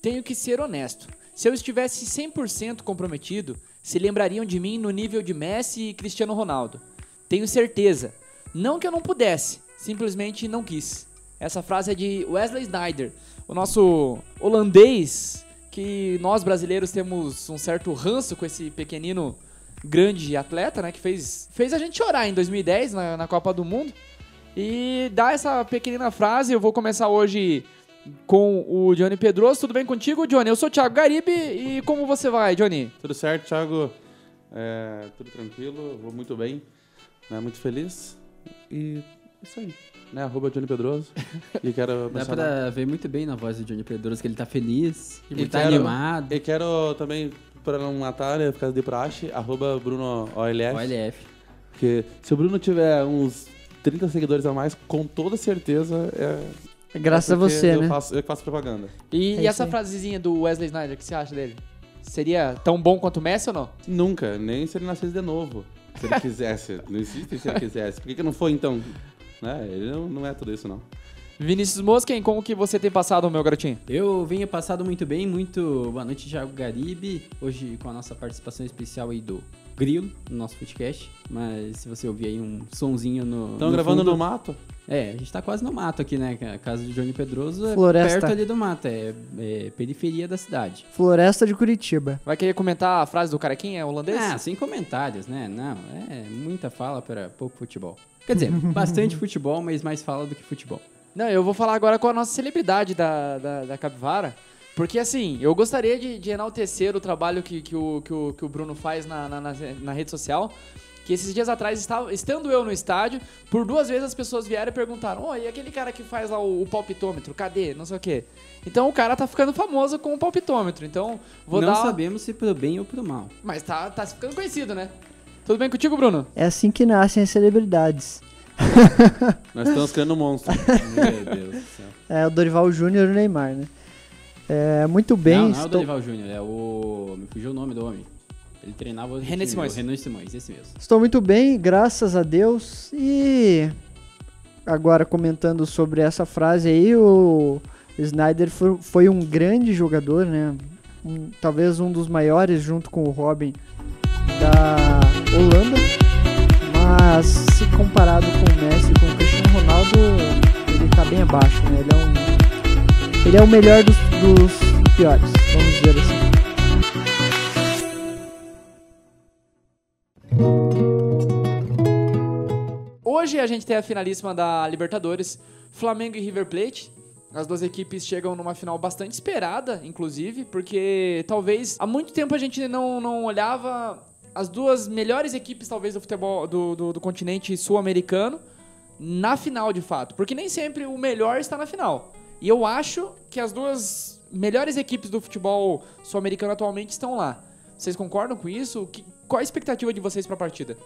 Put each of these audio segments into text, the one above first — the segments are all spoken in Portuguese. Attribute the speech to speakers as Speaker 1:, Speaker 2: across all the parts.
Speaker 1: Tenho que ser honesto. Se eu estivesse 100% comprometido, se lembrariam de mim no nível de Messi e Cristiano Ronaldo. Tenho certeza. Não que eu não pudesse, simplesmente não quis. Essa frase é de Wesley Snyder, o nosso holandês, que nós brasileiros temos um certo ranço com esse pequenino grande atleta, né? Que fez, fez a gente chorar em 2010 na, na Copa do Mundo. E dá essa pequenina frase, eu vou começar hoje com o Johnny Pedroso. Tudo bem contigo, Johnny? Eu sou o Thiago Garibe e como você vai, Johnny?
Speaker 2: Tudo certo, Thiago? É, tudo tranquilo, vou muito bem, né? muito feliz. E é isso aí, né? Arroba Johnny Pedroso. E quero
Speaker 3: Dá
Speaker 2: mencionar-
Speaker 3: pra ver muito bem na voz do Johnny Pedroso que ele tá feliz, que
Speaker 2: E
Speaker 3: ele tá
Speaker 2: quero-
Speaker 3: animado.
Speaker 2: E quero também, para não matar, é por causa de praxe, arroba Bruno OLF.
Speaker 3: OLF.
Speaker 2: Porque se o Bruno tiver uns 30 seguidores a mais, com toda certeza é.
Speaker 4: Graças a
Speaker 2: porque
Speaker 4: você,
Speaker 2: eu
Speaker 4: né?
Speaker 2: Faço, eu que faço propaganda.
Speaker 1: E,
Speaker 4: É
Speaker 1: e
Speaker 4: isso
Speaker 1: essa
Speaker 4: aí.
Speaker 1: frasezinha do Wesley Snyder, o que você acha dele? Seria tão bom quanto o Messi ou não?
Speaker 2: Nunca, nem se ele nascesse de novo. Se ele quisesse. não existe se ele quisesse. Por que, que não foi então? Né? Ele não, não é tudo isso, não.
Speaker 1: Vinícius Mosquen, como que você tem passado, meu garotinho?
Speaker 3: Eu venho passado muito bem, muito boa noite, Thiago Garibe. Hoje com a nossa participação especial aí do Grilo, no nosso podcast. Mas se você ouvir aí um sonzinho no.
Speaker 2: Estão
Speaker 3: no
Speaker 2: gravando
Speaker 3: fundo-
Speaker 2: no mato?
Speaker 3: É, a gente tá quase no mato aqui, né? cara? A casa de Johnny Pedroso é
Speaker 4: Floresta.
Speaker 3: perto ali do mato, é, é periferia da cidade.
Speaker 4: Floresta de Curitiba.
Speaker 1: Vai querer comentar a frase do carequinha holandês?
Speaker 3: Ah, sem comentários, né? Não, é muita fala para pouco futebol. Quer dizer, bastante futebol, mas mais fala do que futebol.
Speaker 1: Não, eu vou falar agora com a nossa celebridade da, da, da Capivara. Porque, assim, eu gostaria de, de enaltecer o trabalho que, que, o, que, o, que o Bruno faz na, na, na- na rede social. Que esses dias atrás, estava, estando eu no estádio, por duas vezes as pessoas vieram e perguntaram: Ô, e aquele cara que faz lá o, o palpitômetro, cadê? Não sei o quê. Então o cara tá ficando famoso com o palpitômetro. Então, vou
Speaker 3: Não
Speaker 1: dar.
Speaker 3: sabemos se pro bem ou pro mal.
Speaker 1: Mas tá, tá ficando conhecido, né? Tudo bem contigo, Bruno?
Speaker 4: É assim que nascem as celebridades.
Speaker 2: Nós estamos criando um monstro.
Speaker 3: Meu Deus do céu.
Speaker 4: É o Dorival Júnior e o Neymar, né? É, muito bem.
Speaker 3: não, não é o
Speaker 4: estou,
Speaker 3: Dorival Júnior, é o. Me fugiu o nome do homem. Ele treinava o
Speaker 1: Renan Simões.
Speaker 3: Renan Simões, esse mesmo.
Speaker 4: estou muito bem, graças a Deus. E agora comentando sobre essa frase aí, o Snyder foi, foi um grande jogador, né? Um- talvez um dos maiores, junto com o Robin, da Holanda. Mas se comparado com o Messi e com o Cristiano Ronaldo, ele tá bem abaixo, né? Ele é, um, ele é o melhor dos, dos piores, vamos dizer assim.
Speaker 1: Hoje a gente tem a finalíssima da Libertadores, Flamengo e River Plate. As duas equipes chegam numa final bastante esperada, inclusive, porque talvez há muito tempo a gente não, não olhava as duas melhores equipes, talvez, do futebol do, do, do continente sul-americano na final, de fato. Porque nem sempre o melhor está na final. E eu acho que as duas melhores equipes do futebol sul-americano atualmente estão lá. Vocês concordam com isso? Que- qual a expectativa de vocês para a partida?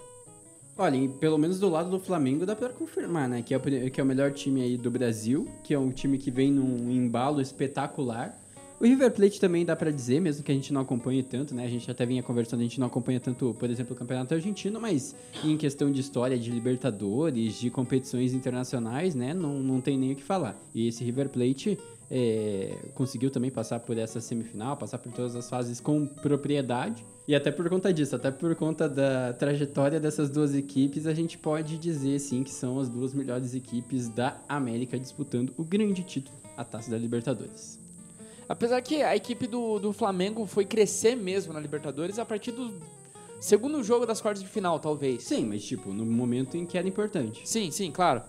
Speaker 3: Olha, e pelo menos do lado do Flamengo dá pra confirmar, né? Que é, o, pri- que é o melhor time aí do Brasil, que é um time que vem num embalo espetacular. O River Plate também dá pra dizer, mesmo que a gente não acompanhe tanto, né? A gente até vinha conversando, a gente não acompanha tanto, por exemplo, o Campeonato Argentino, mas em questão de história de Libertadores, de competições internacionais, né? Não, não tem nem o que falar. E esse River Plate é, conseguiu também passar por essa semifinal, passar por todas as fases com propriedade. E até por conta disso, até por conta da trajetória dessas duas equipes, a gente pode dizer sim que são as duas melhores equipes da América disputando o grande título, a Taça da Libertadores.
Speaker 1: Apesar que a equipe do, do Flamengo foi crescer mesmo na Libertadores a partir do segundo jogo das quartas de final, talvez.
Speaker 3: Sim, mas tipo, no momento em que era importante.
Speaker 1: Sim, sim, claro.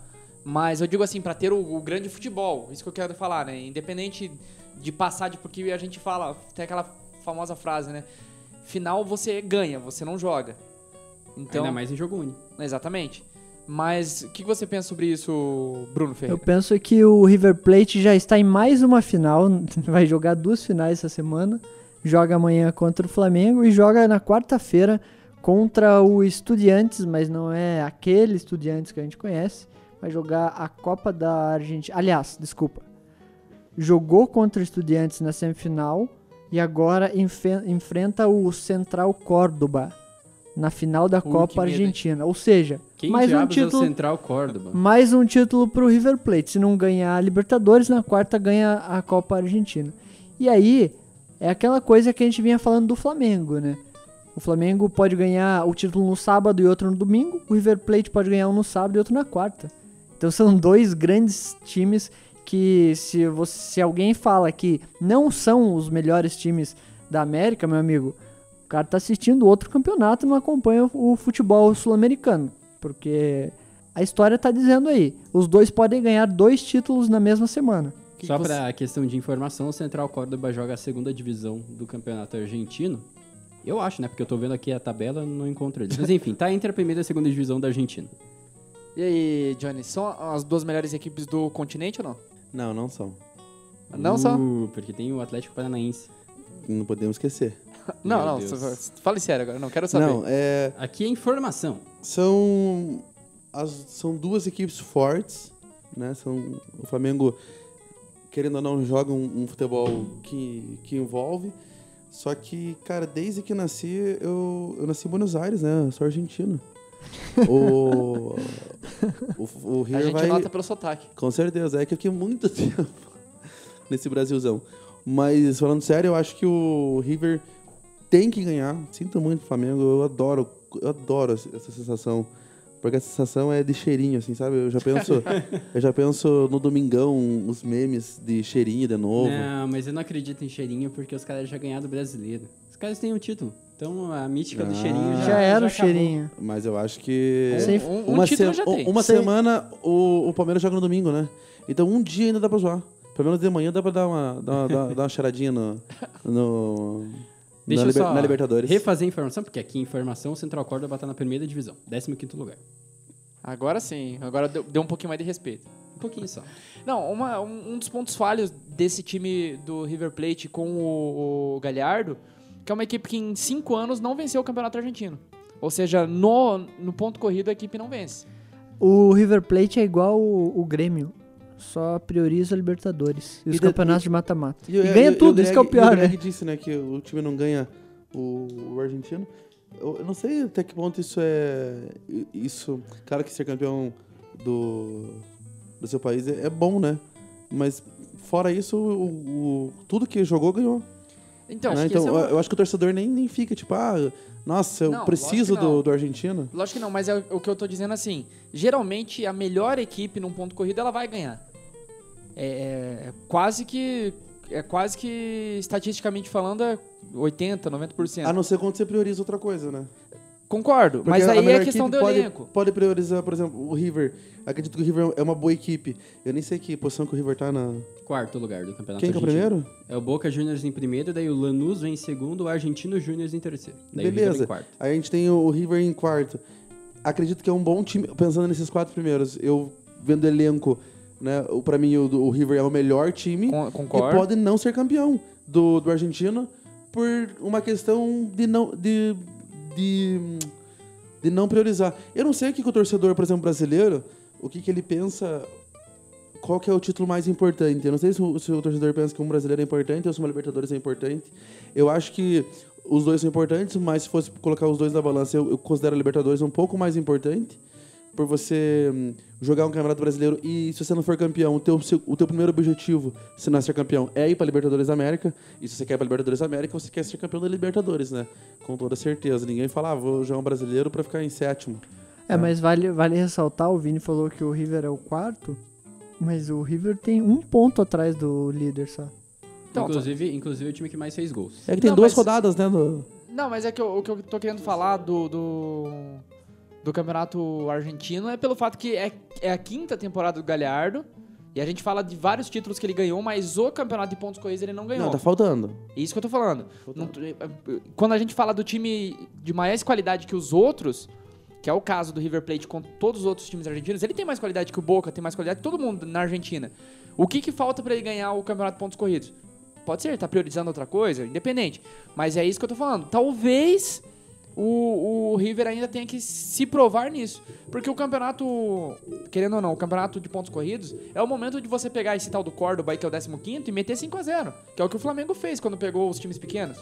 Speaker 1: Mas eu digo assim, pra ter o, o grande futebol, isso que eu quero falar, né? Independente de passar, de, porque a gente fala, tem aquela famosa frase, né? Final você ganha, você não joga. Então,
Speaker 3: Ainda mais em jogo único.
Speaker 1: exatamente. Mas o que que você pensa sobre isso, Bruno
Speaker 4: Eu
Speaker 1: Ferreira?
Speaker 4: penso que o River Plate já está em mais uma final, vai jogar duas finais essa semana. Joga amanhã contra o Flamengo e joga na quarta-feira contra o Estudiantes, mas não é aquele Estudiantes que a gente conhece. Vai jogar a Copa da Argentina. Aliás, desculpa. Jogou contra o Estudiantes na semifinal e agora enfe- enfrenta o Central Córdoba na final da
Speaker 1: que
Speaker 4: Copa
Speaker 1: medo, hein?
Speaker 4: Argentina. Ou seja,
Speaker 3: Quem
Speaker 4: mais um
Speaker 3: diabos é o
Speaker 4: título
Speaker 3: Central Córdoba?
Speaker 4: mais um título pro River Plate. Se não ganhar a Libertadores, na quarta ganha a Copa Argentina. E aí, é aquela coisa que a gente vinha falando do Flamengo, né? O Flamengo pode ganhar o título no sábado e outro no domingo, o River Plate pode ganhar um no sábado e outro na quarta. Então são dois grandes times que se, você, se alguém fala que não são os melhores times da América, meu amigo, o cara tá assistindo outro campeonato e não acompanha o o futebol sul-americano. Porque a história tá dizendo aí, os dois podem ganhar dois títulos na mesma semana.
Speaker 1: Que
Speaker 3: Só
Speaker 1: que você-
Speaker 3: pra questão de informação, o Central Córdoba joga a segunda divisão do campeonato argentino. Eu acho, né? Porque eu tô vendo aqui a tabela não encontro eles. Mas enfim, tá entre a primeira e a segunda divisão da Argentina.
Speaker 1: E aí, Johnny, são as duas melhores equipes do continente ou não?
Speaker 2: Não, não são.
Speaker 1: Não só?
Speaker 3: Uh, Porque tem o Atlético Paranaense.
Speaker 2: Não podemos esquecer.
Speaker 1: Não, não,
Speaker 3: Deus.
Speaker 1: só- fale sério agora, não quero saber.
Speaker 2: Não, é.
Speaker 3: Aqui é informação.
Speaker 2: São as são duas equipes fortes, né? São o Flamengo querendo ou não joga um, um futebol que, que envolve. Só que, cara, desde que nasci, eu, eu nasci em Buenos Aires, né? Eu sou argentino. O, o, o
Speaker 1: a
Speaker 2: River
Speaker 1: gente
Speaker 2: vai...
Speaker 1: nota pelo sotaque.
Speaker 2: Com certeza, é que eu fiquei muito tempo nesse Brasilzão. Mas falando sério, eu acho que o River tem que ganhar. Sinto muito o Flamengo, eu adoro, eu adoro essa sensação. Porque a sensação é de cheirinho, assim, sabe? Eu já penso, eu já penso no domingão os memes de cheirinho de novo.
Speaker 3: Não, mas eu não acredito em cheirinho porque os caras já ganharam o brasileiro. Os caras têm o título. Então a mítica do
Speaker 2: Ah.
Speaker 3: cheirinho já.
Speaker 4: Já era o
Speaker 3: acabou.
Speaker 4: cheirinho.
Speaker 2: Mas eu acho que
Speaker 4: Sem-
Speaker 1: Um, um
Speaker 2: uma,
Speaker 1: título
Speaker 2: se-
Speaker 1: já tem.
Speaker 2: uma
Speaker 4: Sem-
Speaker 2: semana o, o Palmeiras joga no domingo, né? Então um dia ainda dá pra zoar. Pelo menos de manhã dá pra dar uma, dar uma, dar- dar uma charadinha no. no
Speaker 3: Deixa
Speaker 2: na,
Speaker 3: eu
Speaker 2: liber-
Speaker 3: só
Speaker 2: na Libertadores.
Speaker 3: refazer a informação, porque aqui em informação o Central Córdoba tá na primeira divisão, 15º lugar.
Speaker 1: Agora sim, agora deu, deu um pouquinho mais de respeito.
Speaker 3: Um pouquinho só.
Speaker 1: Não, uma- um, um dos pontos falhos desse time do River Plate com o, o Galhardo, que é uma equipe que em cinco anos não venceu o Campeonato Argentino. Ou seja, no, no ponto corrido a equipe não vence.
Speaker 4: O River Plate é igual o, o Grêmio. Só prioriza a Libertadores. E os
Speaker 2: E da-
Speaker 4: campeonatos de mata-mata. E,
Speaker 2: o-
Speaker 4: ganha
Speaker 2: o
Speaker 4: tudo,
Speaker 2: Greg-
Speaker 4: isso que é o
Speaker 2: e
Speaker 4: pior,
Speaker 2: Greg
Speaker 4: né?
Speaker 2: disse, né, que o time não ganha o, o argentino. Eu, eu não sei até que ponto isso é. Isso. Claro que ser campeão do, do seu país é, é bom, né? Mas fora isso, o- o- tudo que jogou ganhou.
Speaker 1: Então,
Speaker 2: né?
Speaker 1: acho que
Speaker 2: Então,
Speaker 1: esse é um-
Speaker 2: eu- eu acho que o torcedor nem, nem fica, tipo, ah, nossa, eu
Speaker 1: Não,
Speaker 2: preciso
Speaker 1: lógico que não.
Speaker 2: do, do argentino.
Speaker 1: Lógico que não, mas é o o que eu tô dizendo assim. Geralmente a melhor equipe num ponto corrido ela vai ganhar. É, é- é quase que é quase que estatisticamente falando é 80, 90%.
Speaker 2: A não ser quando você prioriza outra coisa, né?
Speaker 1: Concordo,
Speaker 2: Porque
Speaker 1: mas
Speaker 2: a
Speaker 1: aí
Speaker 2: melhor
Speaker 1: é questão
Speaker 2: equipe
Speaker 1: do
Speaker 2: pode,
Speaker 1: elenco.
Speaker 2: Pode priorizar, por exemplo, o River. Acredito que o River é uma boa equipe. Eu nem sei que posição que o River tá na.
Speaker 3: Quarto lugar do
Speaker 1: Tá
Speaker 3: campeonato
Speaker 2: Quem que é o
Speaker 3: argentino.
Speaker 2: primeiro?
Speaker 3: É o Boca Juniors em primeiro, daí o Lanús vem em segundo, o Argentino Juniors em terceiro. Daí o River
Speaker 2: Beleza.
Speaker 3: em quarto.
Speaker 2: Aí a gente tem o River em quarto. Acredito que é um bom time. Pensando nesses quatro primeiros, eu vendo elenco, né? o- Pra mim, o, do- o River é o melhor time.
Speaker 1: Con-
Speaker 2: E
Speaker 1: Concordo.
Speaker 2: pode não ser campeão do, do argentino por uma questão de não. De, de, de não priorizar. Eu não sei o que, que o torcedor, por exemplo, brasileiro, o que, que ele pensa. Qual que é o título mais importante? Eu não sei se o, se o torcedor pensa que um brasileiro é importante ou se uma Libertadores é importante. Eu acho que os dois são importantes, mas se fosse colocar os dois na balança, eu, eu considero a Libertadores um pouco mais importante. Por você hum, jogar um campeonato brasileiro e se você não for campeão, o teu, seu- o teu primeiro objetivo, se não é ser campeão, é ir pra Libertadores da América. E se você quer ir pra Libertadores da América, você quer ser campeão da Libertadores, né? Com toda certeza. Ninguém fala, ah, vou jogar um brasileiro pra ficar em sétimo.
Speaker 4: É, mas vale, vale ressaltar, o Vini falou que o River é o quarto, mas o River tem um ponto atrás do líder só.
Speaker 2: tá.
Speaker 1: Então,
Speaker 3: inclusive, inclusive o time que mais fez gols.
Speaker 2: É que tem
Speaker 1: Não,
Speaker 2: duas
Speaker 1: mas-
Speaker 2: rodadas, né? No...
Speaker 1: Não, mas é que eu- o que eu tô querendo falar do, do, do campeonato argentino é pelo fato que é, é a quinta temporada do Galhardo. E a gente fala de vários títulos que ele ganhou, mas o campeonato de pontos corridos ele não ganhou.
Speaker 2: Não, tá faltando.
Speaker 1: É Isso que eu tô falando. Não tô- eh, eh, quando a gente fala do time de mais qualidade que os outros, que é o caso do River Plate com todos os outros times argentinos, ele tem mais qualidade que o Boca, tem mais qualidade que todo mundo na Argentina. O que, que falta pra ele ganhar o campeonato de pontos corridos? Pode ser, tá priorizando outra coisa, independente. Mas é isso que eu tô falando. Talvez o, o River ainda tenha que se provar nisso. Porque o campeonato, querendo ou não, o campeonato de pontos corridos é o momento de você pegar esse tal do Córdoba, aí, que é o 15, e meter 5 a 0 que é o que o Flamengo fez quando pegou os times pequenos.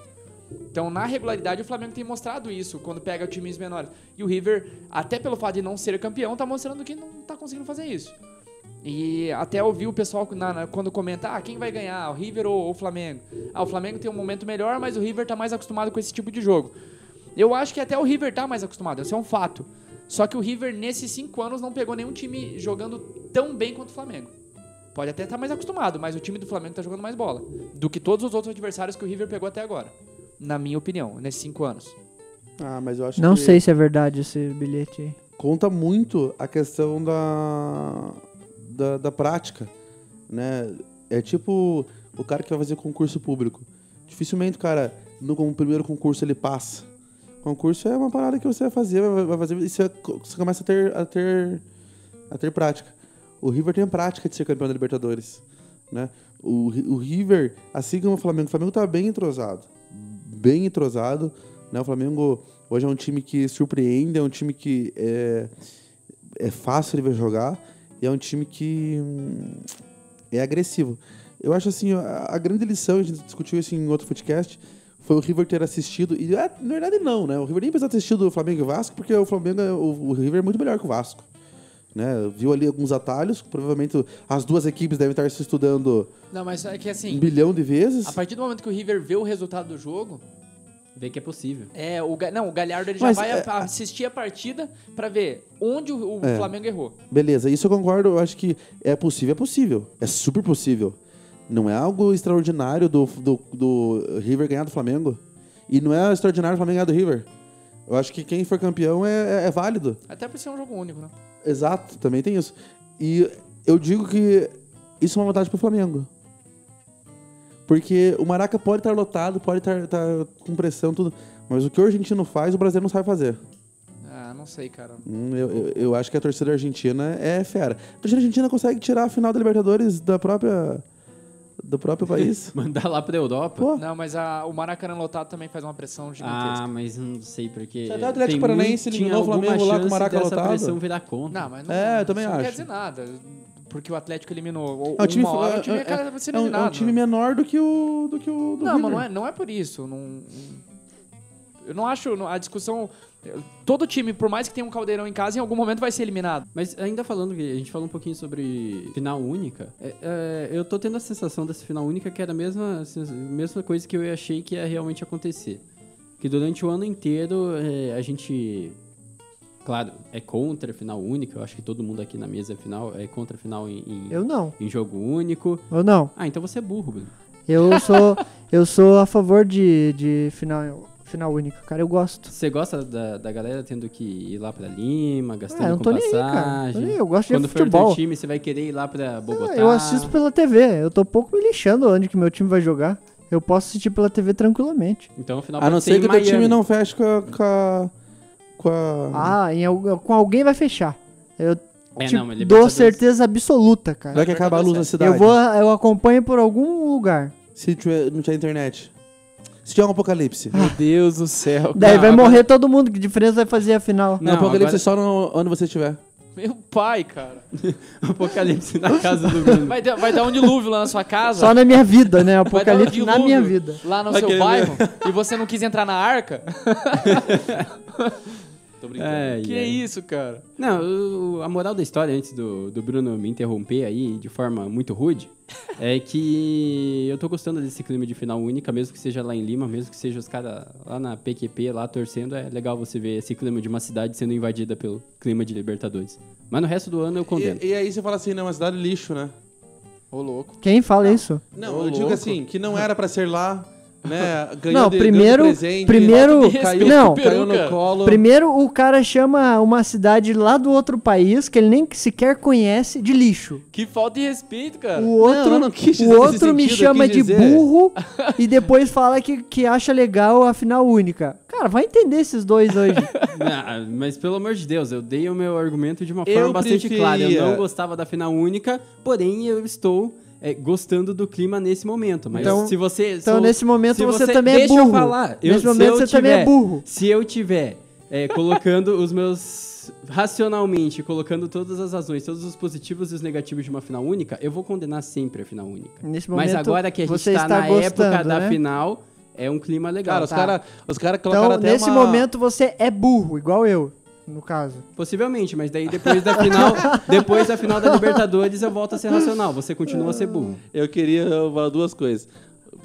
Speaker 1: Então, na regularidade, o Flamengo tem mostrado isso quando pega times menores. E o River, até pelo fato de não ser campeão, tá mostrando que não tá conseguindo fazer isso. E até ouvi o pessoal na- na- quando comenta, ah, quem vai ganhar, o River ou ou o Flamengo? Ah, o Flamengo tem um momento melhor, mas o River tá mais acostumado com esse tipo de jogo. Eu acho que até o River tá mais acostumado, isso é um fato. Só que o River, nesses cinco anos, não pegou nenhum time jogando tão bem quanto o Flamengo. Pode até estar mais acostumado, mas o time do Flamengo tá jogando mais bola do que todos os outros adversários que o River pegou até agora. Na minha opinião, nesses cinco anos.
Speaker 2: Ah, mas eu acho
Speaker 4: Não
Speaker 2: que
Speaker 4: sei se é verdade esse bilhete aí.
Speaker 2: conta muito a questão da, da, da prática, né? É tipo o cara que vai fazer concurso público. Dificilmente o cara, no con- primeiro concurso, ele passa. Concurso é uma parada que você vai fazer, vai- vai fazer e você, co- você começa a ter, a, ter, a ter prática. O River tem prática de ser campeão da Libertadores, né? O, Ri- o River, assim como o Flamengo, o Flamengo tá bem entrosado. Bem entrosado, né? O Flamengo hoje é um time que surpreende, é um time que é, é fácil ele ver jogar e é um time que hum, é agressivo. Eu acho assim, a, a grande lição, a gente discutiu isso em outro podcast, foi o River ter assistido, e ah, na verdade não, né? O River nem precisava ter assistido o Flamengo e o Vasco, porque o Flamengo, é- o, o River é muito melhor que o Vasco. Né? Viu ali alguns atalhos, provavelmente as duas equipes devem estar se estudando
Speaker 1: Não, mas é que assim,
Speaker 2: um bilhão de vezes.
Speaker 1: a partir do momento que o River vê o resultado do jogo,
Speaker 3: Vê que é possível.
Speaker 1: é o Ga- não, o Galhardo ele já
Speaker 2: Mas,
Speaker 1: vai
Speaker 2: é,
Speaker 1: a- assistir a partida pra ver onde o, o
Speaker 2: É.
Speaker 1: Flamengo errou.
Speaker 2: Beleza, isso eu concordo. Eu acho que é possível, é possível. É super possível. Não é algo extraordinário do, do, do River ganhar do Flamengo. E não é extraordinário o Flamengo ganhar do River. Eu acho que quem for campeão é, é- é válido.
Speaker 1: Até por ser um jogo único, né?
Speaker 2: Exato, também tem isso. E eu digo que isso é uma vantagem pro Flamengo. Porque o Maraca pode estar lotado, pode estar estar com pressão, tudo. Mas o que o argentino faz, o brasileiro não sabe fazer.
Speaker 1: Ah, não sei, cara.
Speaker 2: Hum, eu, eu- eu acho que a torcida argentina é fera. A torcida argentina consegue tirar a final da Libertadores da própria, do próprio país.
Speaker 3: Mandar lá pra Europa.
Speaker 2: Pô, é
Speaker 1: Não, mas a- o Maracanã lotado também faz uma pressão gigantesca.
Speaker 3: Ah, mas não sei porque.
Speaker 2: Você até o Atlético
Speaker 3: tem
Speaker 2: Paranaense
Speaker 3: muito-
Speaker 2: eliminou
Speaker 3: tinha
Speaker 2: o Flamengo
Speaker 3: alguma
Speaker 2: lá com o
Speaker 3: chance
Speaker 2: Maraca
Speaker 3: dessa
Speaker 2: lotado?
Speaker 3: pressão virar contra.
Speaker 1: Não, mas não,
Speaker 2: É, eu também
Speaker 1: isso não quer
Speaker 2: acho.
Speaker 1: dizer nada. Porque o Atlético eliminou. Ou,
Speaker 2: É um time,
Speaker 1: uma hora o time
Speaker 2: é-
Speaker 1: acaba sendo
Speaker 2: é um- é um
Speaker 1: eliminado.
Speaker 2: time menor do que o do que o do
Speaker 1: Não, mas
Speaker 2: River.
Speaker 1: não é, não é por isso. Não, eu não acho não- a discussão. Todo time, por mais que tenha um caldeirão em casa, em algum momento vai ser eliminado.
Speaker 3: Mas ainda falando, que a gente falou um pouquinho sobre final única. é- é, eu tô tendo a sensação dessa final única que era a mesma, sens- mesma coisa que eu achei que ia realmente acontecer. Que durante o ano inteiro é, a gente. Claro, é contra a final única. Eu acho que todo mundo aqui na mesa é, final, é contra a final em, em-
Speaker 4: Eu não,
Speaker 3: em jogo único.
Speaker 4: eu não.
Speaker 3: Ah, então você é burro, Bruno.
Speaker 4: Eu sou, eu sou a favor de, de final, final único, cara. Eu gosto.
Speaker 3: Você gosta da, da galera tendo que ir lá pra Lima,
Speaker 4: Ah, eu
Speaker 3: gastando
Speaker 4: não tô
Speaker 3: com
Speaker 4: nem aí, cara. Tô
Speaker 3: passagem?
Speaker 4: nem aí, Eu gosto
Speaker 3: Quando
Speaker 4: de
Speaker 3: for o
Speaker 4: futebol.
Speaker 3: teu time, você vai querer ir lá pra Bogotá?
Speaker 4: Ah, eu assisto pela TV. Eu tô pouco me lixando onde que meu time vai jogar. Eu posso assistir pela TV tranquilamente.
Speaker 3: Então, no final,
Speaker 2: A não
Speaker 3: pode
Speaker 2: ser que
Speaker 3: em
Speaker 2: o teu time
Speaker 3: Miami.
Speaker 2: não feche com a. Com a, com a-
Speaker 4: Ah, em, al- com alguém vai fechar. Eu
Speaker 3: É,
Speaker 4: te
Speaker 3: não, mas
Speaker 4: dou
Speaker 3: Libertadores-
Speaker 4: certeza absoluta, cara.
Speaker 2: Vai que acaba a luz da cidade.
Speaker 4: Eu vou, eu acompanho por algum lugar.
Speaker 2: Se tiver- não tiver internet. Se tiver um apocalipse.
Speaker 1: Meu
Speaker 4: Ah,
Speaker 1: Deus do céu.
Speaker 4: Daí vai
Speaker 3: agora-
Speaker 4: morrer todo mundo. Que diferença vai fazer a final?
Speaker 3: Não,
Speaker 2: um apocalipse
Speaker 3: agora-
Speaker 2: só no, onde você estiver.
Speaker 1: Meu pai, cara.
Speaker 3: Apocalipse na casa do Bruno.
Speaker 1: Vai, dar- vai dar um dilúvio lá na sua casa.
Speaker 4: Só na minha vida,
Speaker 1: vai
Speaker 4: né?
Speaker 1: dar um
Speaker 4: Apocalipse na
Speaker 1: dilúvio
Speaker 4: minha vida.
Speaker 1: Lá no
Speaker 3: Vai
Speaker 1: seu
Speaker 3: querer
Speaker 1: bairro. E você não quis entrar na arca? Tô brincando.
Speaker 3: Ai,
Speaker 1: que
Speaker 3: ai.
Speaker 1: isso, cara?
Speaker 3: É, Não, o- a moral da história, antes do, do Bruno me interromper aí de forma muito rude, é que eu tô gostando desse clima de final única, mesmo que seja lá em Lima, mesmo que seja os caras lá na PQP, lá torcendo, é legal você ver esse clima de uma cidade sendo invadida pelo clima de Libertadores. Mas no resto do ano eu condeno.
Speaker 2: E, e aí você fala assim, não, é uma cidade lixo, né?
Speaker 1: Ô, louco.
Speaker 4: Quem fala isso?
Speaker 2: Não,
Speaker 1: Ô,
Speaker 2: eu digo
Speaker 1: louco.
Speaker 2: assim, que não era pra ser lá, né? Ganhou
Speaker 4: Não,
Speaker 2: de-
Speaker 4: primeiro.
Speaker 2: ganhou de presente,
Speaker 4: primeiro.
Speaker 1: Respeita
Speaker 2: caiu,
Speaker 4: não,
Speaker 2: caiu
Speaker 1: peruca.
Speaker 2: no colo.
Speaker 4: Primeiro, o cara chama uma cidade lá do outro país, que ele nem sequer conhece, de lixo.
Speaker 1: Que falta de respeito, cara.
Speaker 4: O outro,
Speaker 2: eu não quis dizer
Speaker 4: o
Speaker 2: nesse
Speaker 4: outro me
Speaker 2: sentido, eu
Speaker 4: chama
Speaker 2: quis
Speaker 4: de
Speaker 2: dizer-
Speaker 4: burro e depois fala que, que acha legal a final única. Cara, vai entender esses dois hoje.
Speaker 3: Ah, mas pelo amor de Deus, eu dei o meu argumento de uma
Speaker 2: Eu
Speaker 3: forma bastante
Speaker 2: preferia.
Speaker 3: clara. Eu não gostava da final única, porém eu estou é, gostando do clima nesse momento. Mas
Speaker 4: Então-
Speaker 3: se você.
Speaker 4: então,
Speaker 3: se-
Speaker 4: nesse momento,
Speaker 3: se
Speaker 4: você também é
Speaker 3: deixa
Speaker 4: burro.
Speaker 3: Eu falar, eu-
Speaker 4: Nesse
Speaker 3: se
Speaker 4: momento,
Speaker 3: eu
Speaker 4: você também é
Speaker 3: tiver-
Speaker 4: burro.
Speaker 3: Se eu tiver é, colocando os meus. racionalmente, colocando todas as razões, todos os positivos e os negativos de uma final única, eu vou condenar sempre a final única.
Speaker 4: Nesse
Speaker 3: mas
Speaker 4: momento,
Speaker 3: agora que a gente
Speaker 4: você
Speaker 3: está
Speaker 4: está
Speaker 3: na época
Speaker 4: gostando,
Speaker 3: da
Speaker 4: né?
Speaker 3: final, é um clima legal.
Speaker 2: Cara, os
Speaker 4: Tá.
Speaker 2: caras os cara colocaram
Speaker 4: Então,
Speaker 2: até
Speaker 4: nesse
Speaker 2: uma-
Speaker 4: momento, você é burro, igual eu. no caso.
Speaker 3: Possivelmente, mas daí depois da final, depois da final da Libertadores eu volto a ser racional. Você continua a ser burro.
Speaker 2: Eu queria falar duas coisas.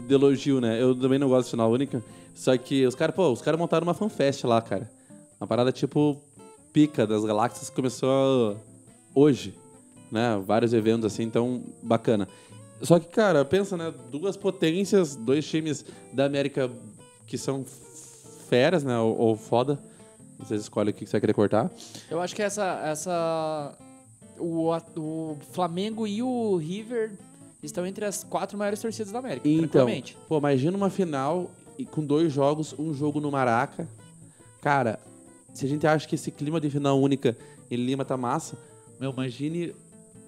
Speaker 2: De elogio, né? Eu também não gosto de final única. Só que os caras, pô, os caras montaram uma fanfest lá, cara. Uma parada tipo pica das galáxias que começou hoje, né? Vários eventos assim, então bacana. Só que, cara, pensa, né? Duas potências, dois times da América que são feras, né? Ou, ou foda. Vocês escolhem o que você vai querer cortar.
Speaker 1: Eu acho que essa. essa o, a- o Flamengo e o River estão entre as quatro maiores torcidas da América,
Speaker 2: Então,
Speaker 1: tranquilamente.
Speaker 2: pô, imagina uma final e com dois jogos, um jogo no Maraca. Cara, se a gente acha que esse clima de final única em Lima tá massa, meu, imagine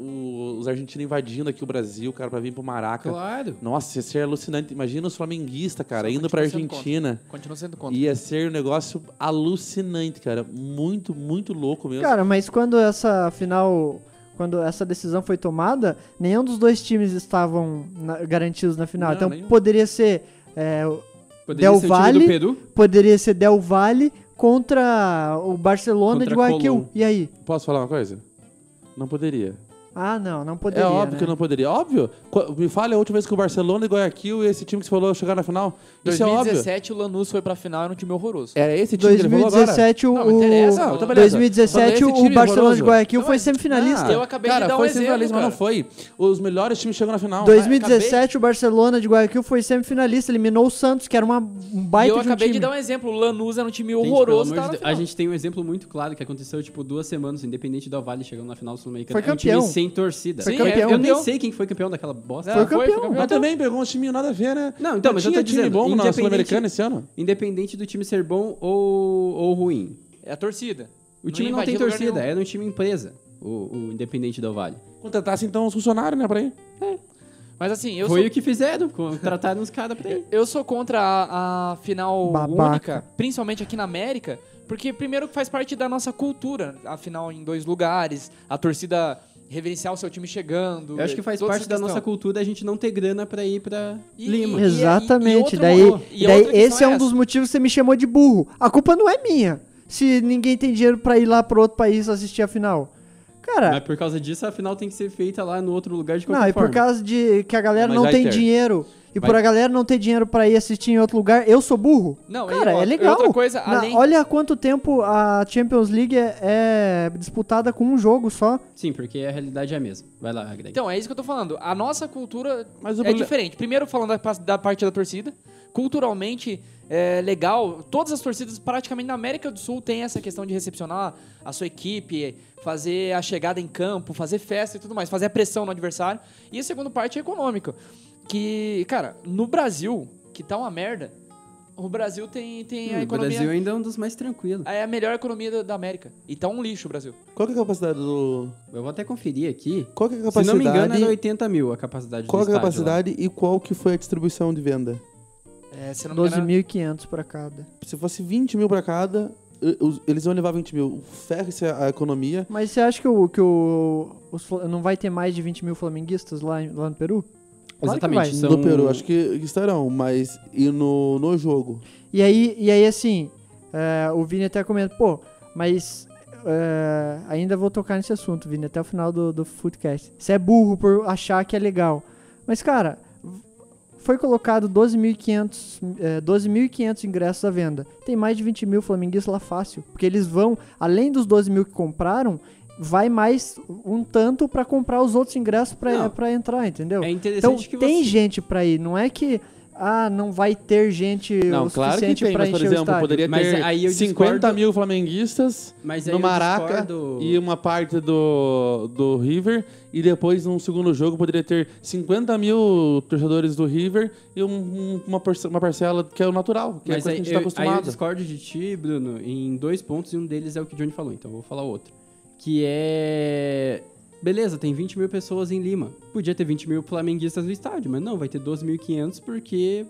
Speaker 2: o- os argentinos invadindo aqui o Brasil, cara, pra vir pro Maraca.
Speaker 3: Claro.
Speaker 2: Nossa, ia ser alucinante. Imagina os flamenguistas, cara,
Speaker 1: Só
Speaker 2: indo pra
Speaker 1: continua tá sendo
Speaker 2: Argentina.
Speaker 1: Continua sendo contra.
Speaker 2: Ia ser um negócio alucinante, cara. Muito, muito louco mesmo.
Speaker 4: Cara, mas quando essa final, quando essa decisão foi tomada, nenhum dos dois times estavam na- garantidos na final.
Speaker 2: Não,
Speaker 4: então
Speaker 2: nenhum.
Speaker 4: poderia ser é, o-
Speaker 3: Poderia ser
Speaker 4: Del
Speaker 3: o time
Speaker 4: Valle,
Speaker 3: do Peru.
Speaker 4: poderia ser Del Valle contra o Barcelona
Speaker 3: Contra
Speaker 4: de Guayaquil.
Speaker 3: Colón.
Speaker 4: E aí?
Speaker 2: Posso falar uma coisa? Não poderia.
Speaker 4: Ah, não, não poderia.
Speaker 2: é óbvio
Speaker 4: né?
Speaker 2: que não poderia. Óbvio. Co- Me fala a última vez que o Barcelona e Guayaquil e esse time que você falou chegar na final. Isso é óbvio. É
Speaker 1: 2017, o Lanús foi pra final, era um time horroroso.
Speaker 2: Era esse time que ele falou agora?
Speaker 4: 2017 o
Speaker 1: Não, não interessa,
Speaker 2: Não, então beleza.
Speaker 4: 2017
Speaker 2: Falei esse
Speaker 4: o
Speaker 2: time
Speaker 4: Barcelona de
Speaker 2: horroroso.
Speaker 4: Guayaquil
Speaker 1: Não,
Speaker 4: foi
Speaker 1: mas-
Speaker 2: é
Speaker 4: semifinalista.
Speaker 1: Ah, eu acabei de
Speaker 2: cara,
Speaker 1: dar um
Speaker 2: foi
Speaker 1: exemplo,
Speaker 2: semifinalista, mas
Speaker 1: cara.
Speaker 2: não foi. Os melhores times chegam na final.
Speaker 4: 2017 o Barcelona de Guayaquil foi semifinalista, eliminou o Santos, que era uma, um
Speaker 1: E
Speaker 4: baita
Speaker 1: eu
Speaker 4: de um
Speaker 1: acabei de,
Speaker 4: time.
Speaker 1: dar um exemplo. O Lanús era um time
Speaker 3: Gente,
Speaker 1: horroroso. tá
Speaker 3: pelo amor de
Speaker 1: na
Speaker 3: Deus,
Speaker 1: final.
Speaker 3: a gente tem um exemplo muito claro que aconteceu, tipo, duas semanas, independente do Vale chegando na final sul-americana.
Speaker 4: Foi
Speaker 3: É um time
Speaker 4: campeão.
Speaker 3: sem torcida.
Speaker 1: Foi
Speaker 3: Sim,
Speaker 1: campeão.
Speaker 3: Eu nem
Speaker 1: Campeão.
Speaker 3: sei quem foi campeão daquela bosta.
Speaker 4: Foi o campeão.
Speaker 2: Mas também pegou um time nada a ver, né?
Speaker 3: Não, então, mas eu
Speaker 2: tinha
Speaker 3: tô
Speaker 2: time
Speaker 3: dizendo,
Speaker 2: bom na
Speaker 3: independente-
Speaker 2: Sul-Americana esse ano.
Speaker 3: Independente do time ser bom ou, ou ruim.
Speaker 1: É a torcida.
Speaker 3: O time não, tem
Speaker 1: invadia lugar
Speaker 3: torcida,
Speaker 1: nenhum.
Speaker 3: era um time empresa, o, o Independente Del Vale.
Speaker 2: Contratasse então os funcionários, né, pra ir.
Speaker 1: Mas assim, eu
Speaker 3: é. Foi
Speaker 1: sou,
Speaker 3: o que fizeram, contrataram os caras pra ir.
Speaker 1: eu sou contra a, a final
Speaker 4: Babaca.
Speaker 1: única, principalmente aqui na América, porque primeiro que faz parte da nossa cultura, a final em dois lugares, a torcida reverenciar o seu time chegando.
Speaker 3: Eu acho que faz
Speaker 1: toda
Speaker 3: parte
Speaker 1: essa
Speaker 3: da
Speaker 1: questão.
Speaker 3: nossa cultura a gente não ter grana pra ir pra
Speaker 1: E-
Speaker 3: Lima.
Speaker 1: e- e- e
Speaker 4: Exatamente.
Speaker 1: outra
Speaker 4: daí,
Speaker 1: mo- e
Speaker 4: daí
Speaker 1: outra questão
Speaker 4: esse é um
Speaker 1: essa.
Speaker 4: dos motivos que você me chamou de burro. A culpa não é minha. Se ninguém tem dinheiro pra ir lá pro outro país assistir a final. Cara,
Speaker 3: Mas por causa disso, a final tem que ser feita lá no outro lugar de qualquer
Speaker 4: É. não, e
Speaker 3: forma.
Speaker 4: por causa de que a galera
Speaker 2: Mas
Speaker 4: não
Speaker 2: vai
Speaker 4: tem
Speaker 2: ter.
Speaker 4: dinheiro e
Speaker 2: Vai-
Speaker 4: por a galera não ter dinheiro pra ir assistir em outro lugar, eu sou burro.
Speaker 1: Não, e
Speaker 4: Cara,
Speaker 1: outra-
Speaker 4: é legal.
Speaker 1: outra coisa,
Speaker 4: Na-
Speaker 1: além-
Speaker 4: Olha há quanto tempo a Champions League é, é disputada com um jogo só.
Speaker 3: Sim, porque a realidade é a mesma. Vai lá, Greg.
Speaker 1: Então, é isso que eu tô falando. A nossa cultura
Speaker 2: Mas o
Speaker 1: é
Speaker 2: proble-
Speaker 1: diferente. Primeiro, falando da, pa- da parte da torcida. Culturalmente, é legal. Todas as torcidas, praticamente na América do Sul, tem essa questão de recepcionar a sua equipe, fazer a chegada em campo, fazer festa e tudo mais, fazer a pressão no adversário. E a segunda parte é econômica. Que, cara, no Brasil, que tá uma merda, o Brasil tem, tem a
Speaker 3: o
Speaker 1: economia.
Speaker 3: Brasil ainda é um dos mais tranquilos.
Speaker 1: É a melhor economia da- da América. E tá um lixo o Brasil.
Speaker 2: Qual que é a capacidade do.
Speaker 3: Eu vou até conferir aqui.
Speaker 2: Qual que é a
Speaker 3: Se não
Speaker 2: capacidade.
Speaker 3: me engano, era 80 mil a capacidade
Speaker 2: Qual
Speaker 3: do
Speaker 2: que é a
Speaker 3: estádio lá.
Speaker 2: capacidade e qual que foi a distribuição de venda?
Speaker 1: É, se não me engano,
Speaker 4: 12.500 pra cada.
Speaker 2: Se fosse 20 mil pra cada, eh, os- eles iam levar 20 mil. Ferre-se a a economia.
Speaker 4: Mas você acha que, o, que o, os fla- não vai ter mais de 20 mil flamenguistas lá, em- lá no Peru? Claro que vai.
Speaker 3: Exatamente. São...
Speaker 2: Do Peru, acho que estarão, mas. E no, no jogo?
Speaker 4: E aí, e aí assim, é, o Vini até comenta, pô, mas é, ainda vou tocar nesse assunto, Vini, até o final do, do Footcast. Você é burro por achar que é legal. Mas, cara, v- foi colocado 12.500 é, 12.500 ingressos à venda. Tem mais de 20 mil flamenguistas lá fácil. Porque eles vão, além dos 12 mil que compraram, vai mais um tanto pra comprar os outros ingressos pra
Speaker 3: Não.
Speaker 4: pra entrar, entendeu?
Speaker 3: É
Speaker 4: Então
Speaker 3: interessante que você...
Speaker 4: tem gente pra ir, não é que ah, não vai ter gente o suficiente pra encher o estádio.
Speaker 3: Mas aí eu discordo.
Speaker 2: mil flamenguistas
Speaker 3: Mas aí
Speaker 2: no
Speaker 3: eu
Speaker 2: Maraca
Speaker 3: discordo-
Speaker 2: e uma parte do, do River. E depois, num segundo jogo, poderia ter 50 mil torcedores do River e um- um- uma, parce- uma parcela que é o natural, que é a
Speaker 3: Mas
Speaker 2: coisa
Speaker 3: aí,
Speaker 2: que a gente
Speaker 3: eu,
Speaker 2: tá
Speaker 3: aí eu
Speaker 2: acostumado.
Speaker 3: discordo de ti, Bruno, em dois pontos, e um deles é o que o Johnny falou, então eu vou falar outro. Que é. Beleza, tem 20 mil pessoas em Lima. Podia ter 20 mil flamenguistas no estádio, mas não, vai ter 12.500 porque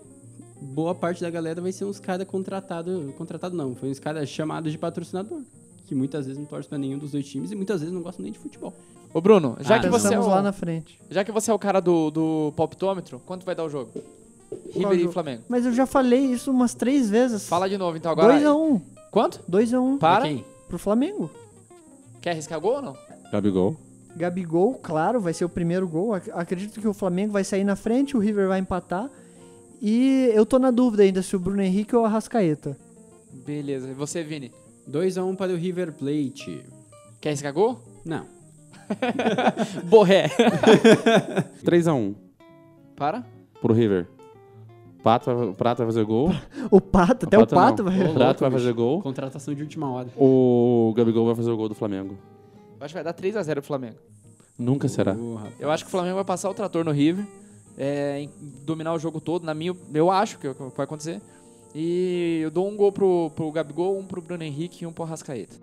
Speaker 3: boa parte da galera vai ser uns caras contratados. Contratado não, foi uns caras chamados de patrocinador. Que muitas vezes não torce pra nenhum dos dois times e muitas vezes não gostam nem de futebol.
Speaker 1: Ô, Bruno, já,
Speaker 3: Ah,
Speaker 1: que, você é
Speaker 4: Pensamos
Speaker 1: o,
Speaker 4: lá na frente.
Speaker 1: já que você é o cara do, do palpitômetro, quanto vai dar o jogo? River e
Speaker 4: jogo?
Speaker 1: Flamengo.
Speaker 4: Mas eu já falei isso umas três vezes.
Speaker 1: Fala de novo, então, agora.
Speaker 4: 2x1.
Speaker 1: Quanto?
Speaker 4: 2x1.
Speaker 1: Para.
Speaker 3: Pra quem?
Speaker 4: pro Flamengo.
Speaker 1: Quer arriscar gol ou não?
Speaker 5: Gabigol.
Speaker 4: Gabigol, claro, vai ser o primeiro gol. Ac- Acredito que o Flamengo vai sair na frente, o River vai empatar. E eu tô na dúvida ainda se o Bruno Henrique ou o Arrascaeta.
Speaker 1: Beleza. E você, Vini?
Speaker 3: 2x1 para o River Plate.
Speaker 1: Quer arriscar gol?
Speaker 3: Não.
Speaker 1: Borré.
Speaker 5: 3x1
Speaker 1: Para.
Speaker 5: pro River. Pato, vai- o Prato vai fazer gol.
Speaker 4: O Pato, até
Speaker 5: O
Speaker 4: o
Speaker 5: Pato não.
Speaker 4: Pato vai.
Speaker 5: O Prato vai fazer gol.
Speaker 3: Contratação de última hora.
Speaker 5: O Gabigol vai fazer o gol do Flamengo.
Speaker 1: Eu acho que vai dar 3x0 pro Flamengo.
Speaker 5: Nunca será.
Speaker 3: Ô, rapaz.
Speaker 1: Eu acho que o Flamengo vai passar o trator no River. é, em- dominar o jogo todo, na minha. Eu acho que é o que vai acontecer. E eu dou um gol pro, pro Gabigol, um pro Bruno Henrique e um pro Rascaeta.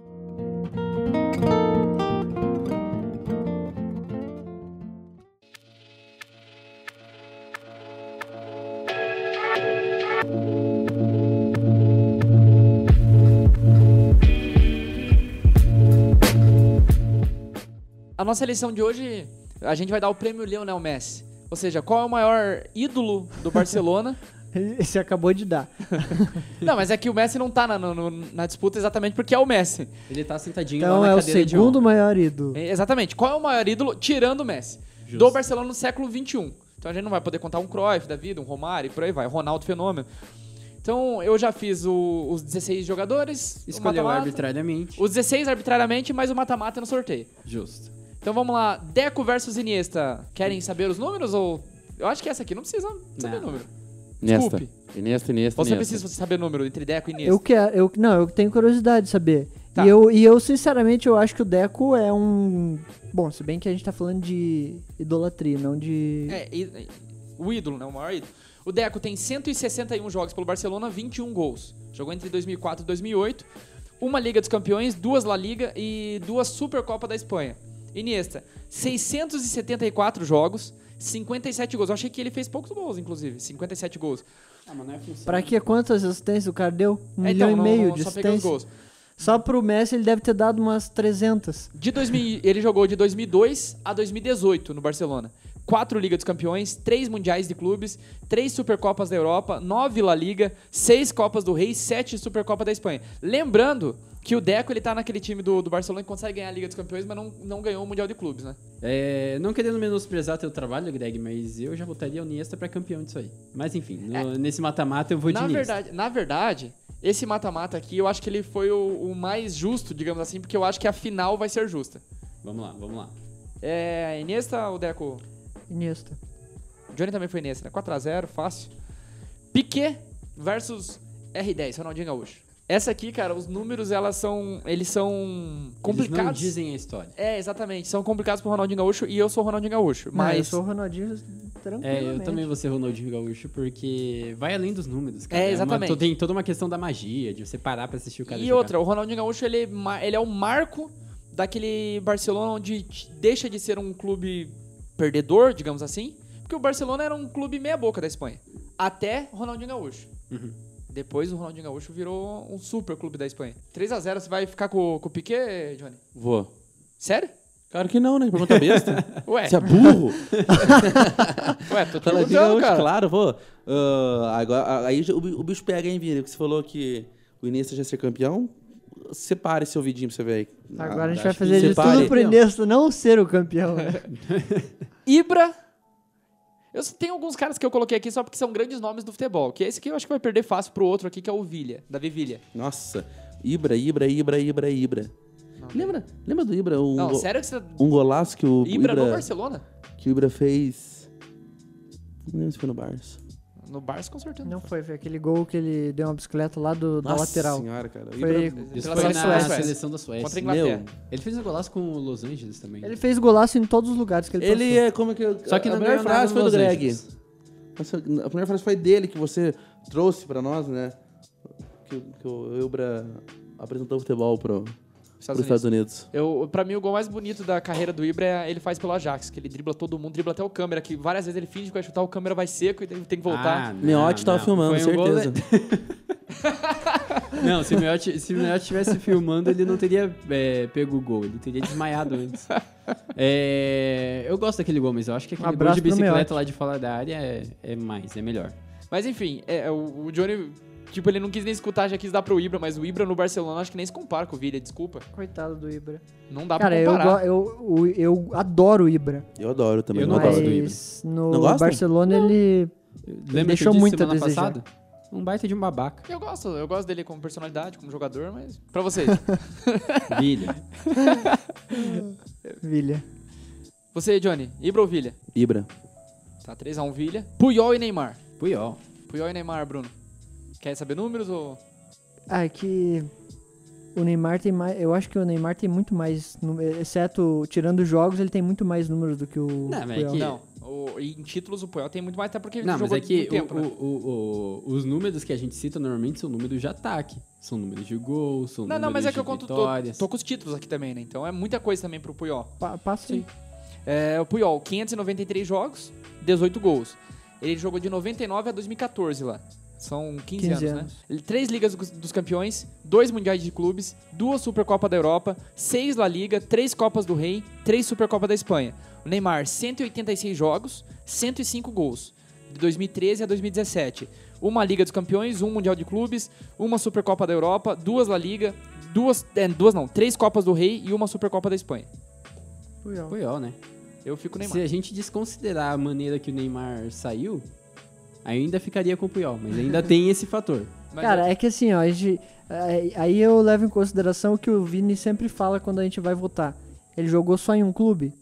Speaker 1: A nossa eleição de hoje, a gente vai dar o prêmio Lionel Messi. Ou seja, qual é o maior ídolo do Barcelona?
Speaker 4: Esse acabou de dar.
Speaker 1: não, mas é que o Messi não tá na, no- no- na disputa exatamente porque é o Messi.
Speaker 3: Ele tá sentadinho
Speaker 4: Então
Speaker 3: lá na
Speaker 4: é o
Speaker 3: cadeira de
Speaker 4: segundo
Speaker 3: honra.
Speaker 4: maior ídolo.
Speaker 1: É, Exatamente. Qual é o maior ídolo, tirando o Messi, do Barcelona no século XXI? Então a gente não vai poder contar um Cruyff da vida, um Romário e por aí vai, Ronaldo Fenômeno. Então eu já fiz o- os 16 jogadores, o
Speaker 3: Escolheu
Speaker 1: mata-mata,
Speaker 3: arbitrariamente.
Speaker 1: os 16 arbitrariamente, mais o mata-mata no sorteio.
Speaker 3: Justo.
Speaker 1: Então vamos lá, Deco versus Iniesta. Querem saber os números ou... Eu acho que essa aqui não precisa saber
Speaker 3: Não.
Speaker 1: número.
Speaker 5: Iniesta.
Speaker 1: Desculpe.
Speaker 5: Iniesta, Iniesta,
Speaker 1: Você
Speaker 5: Iniesta.
Speaker 1: precisa saber número entre Deco e Iniesta.
Speaker 4: Eu quero, eu, não, eu tenho curiosidade de saber.
Speaker 1: Tá.
Speaker 4: E, eu, e eu, sinceramente, eu acho que o Deco é um. Bom, se bem que a gente tá falando de idolatria, não de.
Speaker 1: É, e- e- o ídolo, né? O maior ídolo. O Deco tem 161 jogos pelo Barcelona, 21 gols. Jogou entre 2004 e 2008. Uma Liga dos Campeões, duas La Liga e duas Supercopa da Espanha. Iniesta, 674 jogos, 57 gols. Eu achei que ele fez poucos gols, inclusive. 57 gols.
Speaker 3: Ah, mas não é função.
Speaker 4: Pra que quantas assistências o cara deu? Um
Speaker 1: É,
Speaker 4: milhão
Speaker 1: não,
Speaker 4: e meio
Speaker 1: não,
Speaker 4: de
Speaker 1: só peguei os
Speaker 4: assistências.
Speaker 1: gols.
Speaker 4: Só pro Messi ele deve ter dado umas 300.
Speaker 1: De 2000, ele jogou de 2002 a 2018 no Barcelona. Quatro Liga dos Campeões, três Mundiais de Clubes, três Supercopas da Europa, nove La Liga, seis Copas do Rei, sete Supercopa da Espanha. Lembrando que o Deco ele tá naquele time do, do Barcelona que consegue ganhar a Liga dos Campeões, mas não, não ganhou o Mundial de Clubes, né?
Speaker 3: É, não querendo menosprezar teu trabalho, Greg, mas eu já votaria o Niesta pra campeão disso aí. Mas enfim, no- nesse mata-mata eu vou de
Speaker 1: É. Na
Speaker 3: Iniesta.
Speaker 1: verdade, na verdade, esse mata-mata aqui eu acho que ele foi o, o mais justo, digamos assim, porque eu acho que a final vai ser justa.
Speaker 3: Vamos lá, vamos lá.
Speaker 1: É, Iniesta ou Deco?
Speaker 4: Iniesta.
Speaker 1: Johnny também foi nesse, né? 4x0, fácil. Piquet versus R10, Ronaldinho Gaúcho. Essa aqui, cara, os números, elas são. Eles são
Speaker 3: Eles não
Speaker 1: complicados.
Speaker 3: dizem a história.
Speaker 1: É, exatamente. São complicados pro Ronaldinho Gaúcho e eu sou o Ronaldinho Gaúcho.
Speaker 4: Mas
Speaker 1: Mas.
Speaker 4: eu sou o Ronaldinho
Speaker 3: É,
Speaker 4: tranquilamente.
Speaker 3: eu também vou ser Ronaldinho Gaúcho, porque vai além dos números, cara.
Speaker 1: É,
Speaker 3: uma-
Speaker 1: exatamente.
Speaker 3: to- tem toda uma questão da magia, de você parar pra assistir o cara
Speaker 1: E
Speaker 3: jogar.
Speaker 1: outra, o Ronaldinho Gaúcho, ele, é ma- ele é o marco daquele Barcelona onde t- deixa de ser um clube perdedor, digamos assim, porque o Barcelona era um clube meia-boca da Espanha. Até Ronaldinho Gaúcho.
Speaker 5: Uhum.
Speaker 1: Depois o Ronaldinho Gaúcho virou um super clube da Espanha. 3 a 0 você vai ficar com, com o Piquet, Johnny?
Speaker 5: Vou.
Speaker 1: Sério?
Speaker 5: Claro que não, né? Pergunta besta.
Speaker 1: Ué,
Speaker 5: Você é burro?
Speaker 1: ué, tô te
Speaker 5: Tá
Speaker 1: perguntando,
Speaker 5: ligado,
Speaker 1: Então, cara.
Speaker 5: Claro, vou.
Speaker 2: Ah, agora, aí o, o bicho pega, hein, Vini? Porque você falou que o Iniesta já ia ser campeão. Separe seu vidinho pra você ver aí.
Speaker 4: Tá,
Speaker 2: Ah,
Speaker 4: Agora a gente
Speaker 3: Ah, acho
Speaker 4: vai
Speaker 3: que
Speaker 4: fazer de
Speaker 2: separe.
Speaker 4: tudo pro Iniesta não ser o campeão. né?
Speaker 1: Ibra. Eu s- tem alguns caras que eu coloquei aqui só porque são grandes nomes do futebol. Que é esse aqui eu acho que vai perder fácil pro outro aqui, que é o Vilha, Davi Vilha.
Speaker 2: Nossa. Ibra, Ibra, Ibra, Ibra, Ibra. Lembra? Lembra do Ibra? Um,
Speaker 1: Não,
Speaker 2: go-
Speaker 1: sério que você.
Speaker 2: um golaço que o
Speaker 1: Ibra,
Speaker 2: Ibra,
Speaker 1: no Barcelona?
Speaker 2: que o Ibra fez. Não lembro se foi no Barça.
Speaker 1: No Barça, com certeza.
Speaker 4: Não foi, foi aquele gol que ele deu uma bicicleta lá do, da
Speaker 2: Nossa
Speaker 4: lateral.
Speaker 2: senhora, cara. O
Speaker 4: Foi-
Speaker 2: Ibra-
Speaker 3: Isso
Speaker 1: Pela
Speaker 3: foi
Speaker 1: seleção
Speaker 3: na
Speaker 1: da Suécia.
Speaker 3: seleção da Suécia.
Speaker 1: Contra a Inglaterra.
Speaker 3: Ele fez um golaço com o Los Angeles também.
Speaker 4: Ele fez golaço em todos os lugares que ele,
Speaker 2: Ele
Speaker 4: passou.
Speaker 2: é como é que.
Speaker 3: Só que
Speaker 2: a primeira
Speaker 3: não ganhou nada
Speaker 2: frase
Speaker 3: no
Speaker 2: foi do
Speaker 3: Los
Speaker 2: Greg.
Speaker 3: Angeles.
Speaker 2: Nossa, A primeira frase foi dele que você trouxe pra nós, né? Que, que o Ibra apresentou o futebol pro,
Speaker 1: Estados
Speaker 2: pros Estados Unidos.
Speaker 1: Eu, pra mim, o gol mais bonito da carreira do Ibra é ele faz pelo Ajax, que ele dribla todo mundo, dribla até o câmera, que várias vezes ele finge que vai chutar, o câmera vai seco e tem tem que voltar.
Speaker 3: Ah, não,
Speaker 2: Miotti tava
Speaker 3: não.
Speaker 2: filmando,
Speaker 3: Foi um gol-
Speaker 2: certeza.
Speaker 3: Não, se o Miotti, se o Miotti tivesse filmando, ele não teria é, pego o gol, ele teria desmaiado antes. É, eu gosto daquele gol, mas eu acho que
Speaker 1: Um
Speaker 3: aquele gol
Speaker 4: abraço
Speaker 3: de
Speaker 4: pro
Speaker 3: bicicleta
Speaker 4: Miotti.
Speaker 3: lá de fora da área é, é mais, é melhor.
Speaker 1: Mas enfim, é, é, o o Johnny Tipo, ele não quis nem escutar, já quis dar pro Ibra, mas o Ibra no Barcelona acho que nem se compara com o Villa, desculpa.
Speaker 4: Coitado do Ibra.
Speaker 1: Não dá
Speaker 4: Cara,
Speaker 1: pra
Speaker 4: eu,
Speaker 1: comparar.
Speaker 4: go- eu, eu, eu adoro o Ibra.
Speaker 2: Eu adoro também.
Speaker 3: Eu não
Speaker 4: mas
Speaker 3: gosto do Ibra.
Speaker 2: Não
Speaker 4: no
Speaker 2: gosta?
Speaker 4: Barcelona ele.
Speaker 3: Lembra
Speaker 4: deixou
Speaker 3: que eu disse
Speaker 4: muito a
Speaker 3: semana
Speaker 4: desejar.
Speaker 3: passada? Um baita de um babaca.
Speaker 1: Eu gosto, eu gosto dele como personalidade, como jogador, mas. Pra vocês.
Speaker 3: Bilha.
Speaker 4: Vilha.
Speaker 1: Você, Johnny, Ibra ou Vilha?
Speaker 2: Ibra.
Speaker 1: Tá 3x1 Vilha. Puyol e Neymar.
Speaker 3: Puyol.
Speaker 1: Puyol e Neymar, Bruno. Quer saber números ou.
Speaker 4: Ah, é que. O Neymar tem mais. Eu acho que o Neymar tem muito mais. nú- Exceto tirando jogos, ele tem muito mais números do que o.
Speaker 3: Não, mas é
Speaker 4: Puyol.
Speaker 3: que-
Speaker 1: Não. o- em títulos o Puyol tem muito mais, até porque ele
Speaker 3: Não, mas
Speaker 1: jogou
Speaker 3: é que
Speaker 1: muito tempo,
Speaker 3: o-
Speaker 1: né?
Speaker 3: o- o- o- os números que a gente cita normalmente são números de ataque. São números de gol, são
Speaker 1: Não,
Speaker 3: números
Speaker 1: não, mas é que
Speaker 3: de
Speaker 1: eu conto. Tô,
Speaker 3: vitórias.
Speaker 1: tô com os títulos aqui também, né? Então é muita coisa também pro Puyol.
Speaker 4: Pa- passa aí.
Speaker 1: É, o Puyol, 593 jogos, 18 gols. Ele jogou de 99 a 2014 lá. São 15,
Speaker 4: 15
Speaker 1: anos,
Speaker 4: anos.
Speaker 1: né? Ele- Três Ligas dos- dos Campeões, dois Mundiais de Clubes, duas Supercopa da Europa, seis La Liga, três Copas do Rei, três Supercopa da Espanha. O Neymar, 186 jogos, 105 gols. De 2013 a 2017. Uma Liga dos Campeões, um Mundial de Clubes, uma Supercopa da Europa, duas La Liga, duas, é, duas não, três Copas do Rei e uma Supercopa da Espanha.
Speaker 4: Puyol.
Speaker 3: Puyol, né?
Speaker 1: Eu fico Neymar.
Speaker 3: Se a gente desconsiderar a maneira que o Neymar saiu, ainda ficaria com o Puyol, mas ainda tem esse fator.
Speaker 1: Mas
Speaker 4: Cara, é que assim, ó, a gente- aí- aí eu levo em consideração o que o Vini sempre fala quando a gente vai votar. Ele jogou só em um clube?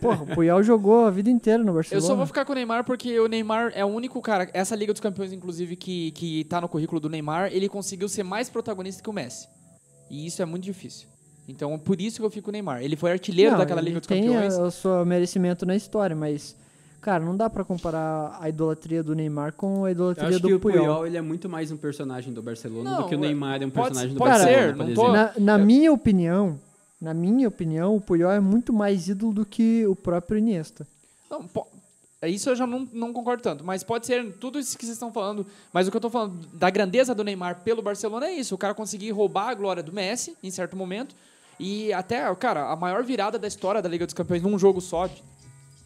Speaker 4: Porra, o Puyol jogou a vida inteira no
Speaker 1: Eu
Speaker 4: Barcelona.
Speaker 1: só vou ficar com o Neymar porque o Neymar é o único cara, essa Liga dos Campeões, inclusive, que, que tá no currículo do Neymar, ele conseguiu ser mais protagonista que o Messi. E isso é muito difícil. Então, por isso que eu fico com o Neymar. Ele foi artilheiro
Speaker 4: Não,
Speaker 1: daquela
Speaker 4: ele
Speaker 1: Liga dos
Speaker 4: tem
Speaker 1: Campeões.
Speaker 4: a- o seu merecimento na história, mas, cara, não dá pra comparar a idolatria do Neymar com a
Speaker 3: Eu
Speaker 4: idolatria
Speaker 3: acho
Speaker 4: do
Speaker 3: que o
Speaker 4: Puyol.
Speaker 3: Puyol ele é muito mais um personagem do Barcelona
Speaker 1: Não,
Speaker 3: do que o
Speaker 1: ué,
Speaker 3: Neymar é um
Speaker 1: pode-
Speaker 3: personagem do
Speaker 1: pode
Speaker 3: Barcelona,
Speaker 1: ser,
Speaker 3: por
Speaker 1: não tô-
Speaker 3: exemplo.
Speaker 4: Na,
Speaker 1: é.
Speaker 4: na minha opinião, na minha opinião, o Puyol é muito mais ídolo do que o próprio Iniesta.
Speaker 1: Não, po- é Isso eu já não, não concordo tanto, mas pode ser tudo isso que vocês estão falando. Mas o que eu tô falando da grandeza do Neymar pelo Barcelona é isso: o cara conseguir roubar a glória do Messi em certo momento. E até, cara, a maior virada da história da Liga dos Campeões num jogo só.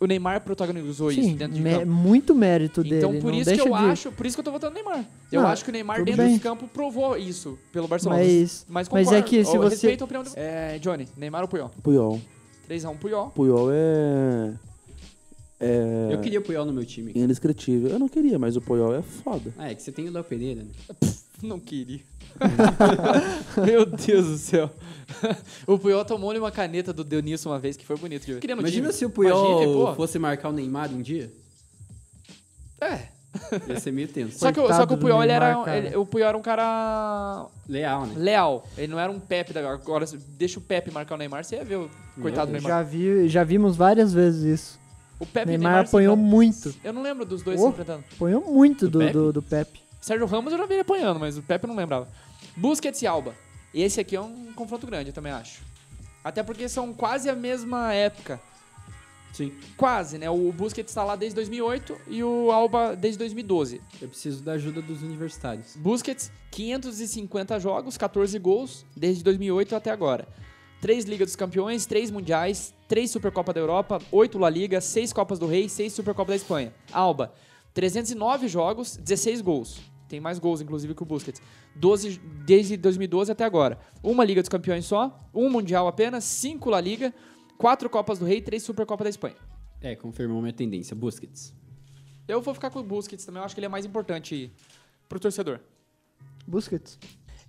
Speaker 1: O Neymar protagonizou
Speaker 4: Sim, né,
Speaker 1: isso dentro de
Speaker 4: me-
Speaker 1: campo.
Speaker 4: muito mérito dele.
Speaker 1: Então por
Speaker 4: não
Speaker 1: isso que
Speaker 4: deixa
Speaker 1: eu
Speaker 4: de...
Speaker 1: acho, por isso que eu tô votando no Neymar. Eu
Speaker 4: Não,
Speaker 1: acho que o Neymar
Speaker 4: tudo
Speaker 1: dentro
Speaker 4: bem.
Speaker 1: do campo provou isso pelo Barcelona.
Speaker 4: Mas-
Speaker 1: mas,
Speaker 4: mas
Speaker 1: concordo,
Speaker 4: é que se
Speaker 1: eu
Speaker 4: você-
Speaker 1: respeito a opinião do... É, Johnny, Neymar ou Puyol?
Speaker 2: Puyol.
Speaker 1: 3x1 Puyol.
Speaker 2: Puyol é. É.
Speaker 3: Eu queria o Puyol no meu time.
Speaker 2: Indescritível. Eu não queria, mas o Puyol é foda.
Speaker 3: Ah, é que você tem o Léo Pereira, né?
Speaker 1: Não queria. Meu Deus do céu. o Puyol tomou-lhe uma caneta do Dionísio uma vez, que foi bonito. de ver. Queria no
Speaker 3: Imagina
Speaker 1: time.
Speaker 3: se o
Speaker 1: Imagina,
Speaker 3: Puyol
Speaker 1: pô.
Speaker 3: fosse marcar o Neymar um dia.
Speaker 1: É.
Speaker 3: Ia ser meio tenso.
Speaker 1: Só que, o- só que o
Speaker 4: Coitado do
Speaker 1: Puyol ele
Speaker 4: Neymar,
Speaker 1: era,
Speaker 4: cara.
Speaker 1: ele- o Puyol era um cara
Speaker 3: Leal, né?
Speaker 1: leal. Ele não era um Pepe. Da, agora, se deixa o Pepe marcar o Neymar, você ia ver o coitado do Neymar.
Speaker 4: Já, vi, já vimos várias vezes isso.
Speaker 1: O Pepe é e o
Speaker 4: Neymar apanhou
Speaker 1: se-
Speaker 4: muito.
Speaker 1: Eu não lembro dos dois
Speaker 4: Oh.
Speaker 1: se enfrentando.
Speaker 4: Apanhou muito
Speaker 3: Do
Speaker 4: do,
Speaker 3: Pepe?
Speaker 4: do, do Pepe.
Speaker 1: Sérgio Ramos eu já vi ele apanhando, mas o Pepe eu não lembrava. Busquets e Alba. Esse aqui é um confronto grande, eu também acho. Até porque são quase a mesma época.
Speaker 3: Sim.
Speaker 1: Quase, né? O Busquets tá lá desde 2008 e o Alba desde 2012.
Speaker 3: Eu preciso da ajuda dos universitários.
Speaker 1: Busquets, 550 jogos, 14 gols desde 2008 até agora. Três Ligas dos Campeões, três Mundiais, três Supercopa da Europa, oito La Liga, seis Copas do Rei, seis Supercopa da Espanha. Alba, 309 jogos, 16 gols. Tem mais gols, inclusive, que o Busquets. 12, desde 2012 até agora. Uma Liga dos Campeões só, um Mundial apenas, cinco La Liga, quatro Copas do Rei, três Supercopa da Espanha.
Speaker 3: É, confirmou minha tendência. Busquets.
Speaker 1: Eu vou ficar com o Busquets também, eu acho que ele é mais importante pro torcedor.
Speaker 4: Busquets.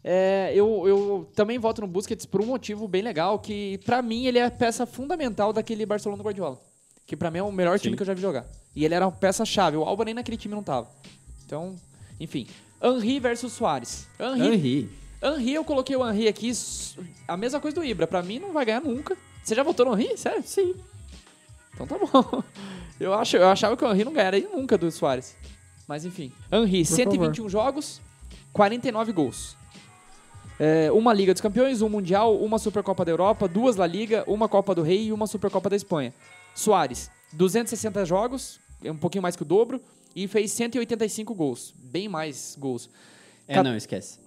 Speaker 1: É, eu, eu também voto no Busquets por um motivo bem legal, que pra mim ele é a peça fundamental daquele Barcelona do Guardiola. Que pra mim é o melhor time
Speaker 3: Sim.
Speaker 1: que eu já vi jogar. E ele era uma peça-chave, o Alba nem naquele time não tava. Então, enfim. Henry versus Soares. Henry,
Speaker 3: Henry.
Speaker 1: Henry, eu coloquei o Henry aqui, s- a mesma coisa do Ibra. Pra mim não vai ganhar nunca. Você já votou no Henry? Sério? Sim. Então tá bom. Eu, acho, eu achava que o Henry não ganharia nunca do Soares. Mas enfim. Henry,
Speaker 4: Por
Speaker 1: 121 jogos, 49 gols. É, uma Liga dos Campeões, um Mundial, uma Supercopa da Europa, duas La Liga, uma Copa do Rei e uma Supercopa da Espanha. Soares, 260 jogos, é um pouquinho mais que o dobro, e fez 185 gols. Bem mais gols.
Speaker 3: É,
Speaker 1: Cap-
Speaker 3: não, esquece.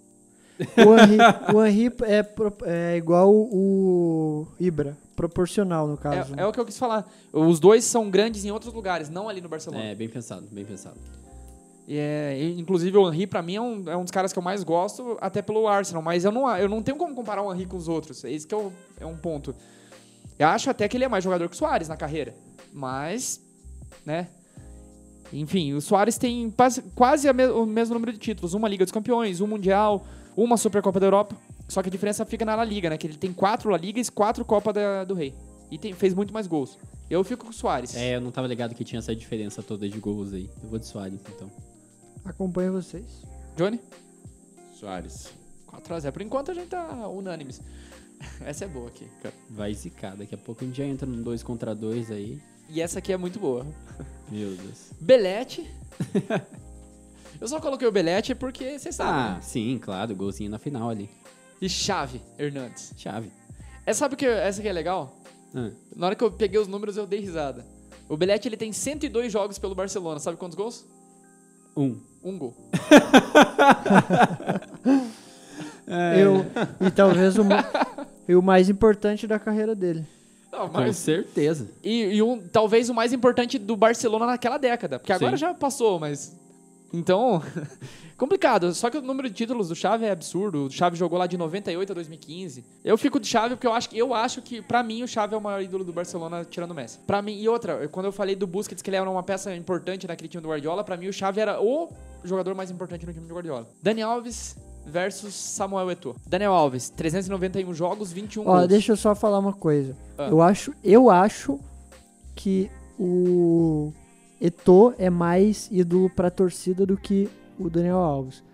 Speaker 4: O Henry, o Henry é, pro- é igual o Ibra. Proporcional, no caso.
Speaker 1: É,
Speaker 4: né?
Speaker 1: é o que eu Tá quis falar. Os dois são grandes em outros lugares, não ali no Barcelona.
Speaker 3: É, bem pensado, bem pensado.
Speaker 1: É, e, inclusive, o Henry, pra mim, é um, é um dos caras que eu mais gosto, até pelo Arsenal. Mas eu não, a- eu não tenho como comparar o Henry com os outros. Esse que é, o- é um ponto. Eu acho até que ele é mais jogador que o Soares na carreira. Mas, né? Enfim, o Soares tem pas- quase a me- o mesmo número de títulos. Uma Liga dos Campeões, um Mundial, uma Supercopa da Europa. Só que a diferença fica na La Liga, né? Que ele tem quatro La Ligas, quatro Copa da- do Rei. E tem- fez muito mais gols. Eu fico com o Soares.
Speaker 3: É, eu não tava ligado que tinha essa diferença toda de gols aí. Eu vou de Soares, então.
Speaker 4: Acompanho vocês.
Speaker 1: Johnny?
Speaker 5: Soares.
Speaker 1: 4x0. Por enquanto a gente tá unânimes. Essa é boa aqui, cara.
Speaker 3: Vai zicar. Daqui a pouco a gente já entra num 2 contra 2 aí.
Speaker 1: E essa aqui é muito boa.
Speaker 3: Meu Deus.
Speaker 1: Belete. Eu só coloquei o Belete porque vocês sabem.
Speaker 3: Ah,
Speaker 1: né?
Speaker 3: sim, claro. Golzinho na final ali.
Speaker 1: E Chave Hernandes.
Speaker 3: Chave.
Speaker 1: É, sabe o que essa aqui é legal?
Speaker 3: Ah,
Speaker 1: Na hora que eu peguei os números eu dei risada. O Belete ele tem 102 jogos pelo Barcelona. Sabe quantos gols?
Speaker 3: um.
Speaker 1: Um gol.
Speaker 4: Eu, e talvez o, ma- e o mais importante da carreira dele.
Speaker 1: Não,
Speaker 3: Com
Speaker 1: mas-
Speaker 3: certeza.
Speaker 1: E, e um, talvez o mais importante do Barcelona naquela década. Porque agora
Speaker 3: Sim.
Speaker 1: já passou, mas. Então. complicado. Só que o número de títulos do Xavi é absurdo. O Xavi jogou lá de 98 a 2015. Eu fico de Xavi porque eu acho, que- eu acho que, pra mim, o Xavi é o maior ídolo do Barcelona, tirando o Messi. Pra mim, e outra, quando eu falei do Busquets, que ele era uma peça importante naquele time do Guardiola, pra mim o Xavi era o jogador mais importante no time do Guardiola. Dani Alves versus Samuel Eto'o. Daniel Alves, 391 jogos, 21
Speaker 4: Ó,
Speaker 1: gols.
Speaker 4: deixa eu só falar uma coisa.
Speaker 1: Ah.
Speaker 4: Eu acho, eu acho que o Eto'o é mais ídolo pra torcida do que o Daniel Alves.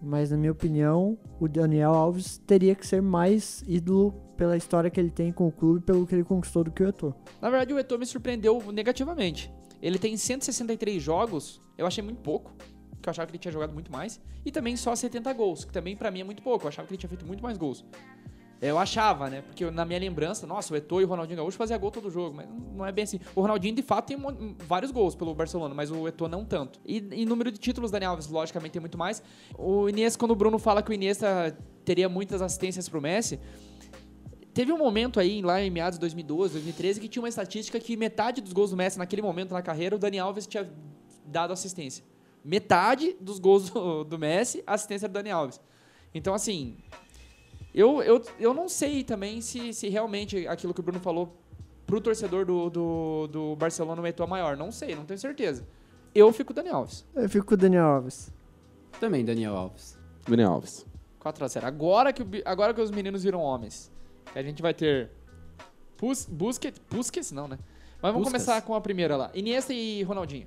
Speaker 4: Mas na minha opinião, o Daniel Alves teria que ser mais ídolo pela história que ele tem com o clube, pelo que ele conquistou do que o Eto'o.
Speaker 1: Na verdade, o Eto'o me surpreendeu negativamente. Ele tem 163 jogos, eu achei muito pouco, porque eu achava que ele tinha jogado muito mais, e também só 70 gols, que também pra mim é muito pouco, eu achava que ele tinha feito muito mais gols. Eu achava, né? Porque eu- na minha lembrança, nossa, o Eto'o e o Ronaldinho Gaúcho faziam gol todo jogo, mas não é bem assim. O Ronaldinho, de fato, tem um mon- um- vários gols pelo Barcelona, mas o Eto'o não tanto. E, e número de títulos, Dani Alves, logicamente, tem muito mais. O Inês, quando o Bruno fala que o Iniesta teria muitas assistências pro Messi, Teve um momento aí, lá em meados de 2012, 2013, que tinha uma estatística que metade dos gols do Messi naquele momento na carreira, o Dani Alves tinha dado assistência. Metade dos gols do, do Messi, a assistência do Dani Alves. Então, assim, eu, eu, eu não sei também se, se realmente aquilo que o Bruno falou pro torcedor do, do, do Barcelona o Eto'o é maior. Não sei, não tenho certeza. Eu fico com o Dani Alves.
Speaker 4: Eu fico com o Daniel Alves.
Speaker 3: Também Daniel Alves.
Speaker 5: Daniel Alves.
Speaker 1: 4x0. Agora que, o bi- agora que os meninos viram homens, que a gente vai ter Pus, Busquets, Busquets não, né? Mas vamos
Speaker 3: Buscas.
Speaker 1: começar com a primeira lá. Iniesta e Ronaldinho.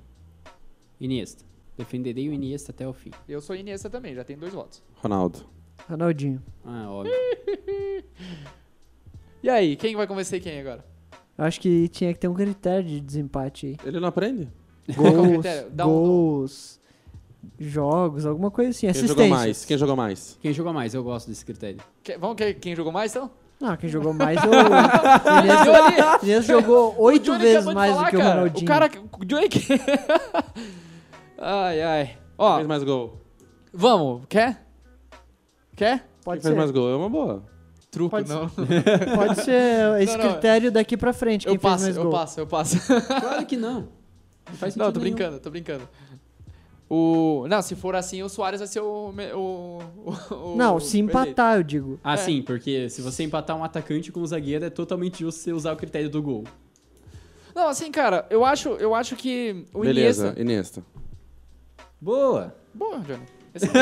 Speaker 3: Iniesta. Defenderei o Iniesta até o fim.
Speaker 1: Eu sou Iniesta também, já tem dois votos.
Speaker 5: Ronaldo.
Speaker 4: Ronaldinho.
Speaker 3: Ah, óbvio.
Speaker 1: E aí, quem vai convencer quem agora?
Speaker 4: Eu acho que tinha que ter um critério de desempate aí.
Speaker 5: Ele não aprende?
Speaker 1: é o
Speaker 4: Gols,
Speaker 1: critério? Dá um-
Speaker 4: gols, jogos, alguma coisa assim.
Speaker 5: Quem jogou
Speaker 4: Assistência.
Speaker 5: mais? Quem jogou mais?
Speaker 3: Quem jogou mais? Eu gosto desse critério.
Speaker 1: Que- vamos que, quem jogou mais, então?
Speaker 4: Não, quem jogou mais é o Inês.
Speaker 1: Deu ali.
Speaker 4: Inês jogou oito
Speaker 1: Johnny
Speaker 4: vezes
Speaker 1: acabou de
Speaker 4: mais
Speaker 1: falar,
Speaker 4: do que o
Speaker 1: cara.
Speaker 4: Ronaldinho.
Speaker 1: O cara... O Johnny... ai, ai. Ó,
Speaker 5: Quem fez mais gol?
Speaker 1: vamos. Quer? Quer?
Speaker 5: Quem
Speaker 4: Pode
Speaker 5: fez
Speaker 4: ser,
Speaker 5: mais gol é uma boua.
Speaker 1: Truco,
Speaker 4: Pode
Speaker 1: não.
Speaker 4: pode ser esse
Speaker 1: Não, não.
Speaker 4: critério daqui pra frente. Quem
Speaker 1: Eu passo,
Speaker 4: fez mais
Speaker 1: eu
Speaker 4: gol.
Speaker 1: passo, eu passo.
Speaker 3: Claro que não. Não faz
Speaker 1: Não,
Speaker 3: sentido
Speaker 1: tô
Speaker 3: nenhum.
Speaker 1: brincando, tô brincando. O... Não, se for assim, o Soares vai ser o. me- o, o- o-
Speaker 4: Não,
Speaker 1: o
Speaker 4: se
Speaker 1: eleito.
Speaker 4: empatar, eu digo.
Speaker 3: Ah, sim, porque se você empatar um atacante com um zagueiro, é totalmente justo você usar o critério do gol.
Speaker 1: Não, assim, cara, eu acho, eu acho que o
Speaker 5: Beleza,
Speaker 1: Iniesta.
Speaker 5: Iniesta.
Speaker 3: Boa!
Speaker 1: Boa, Johnny. Excelente.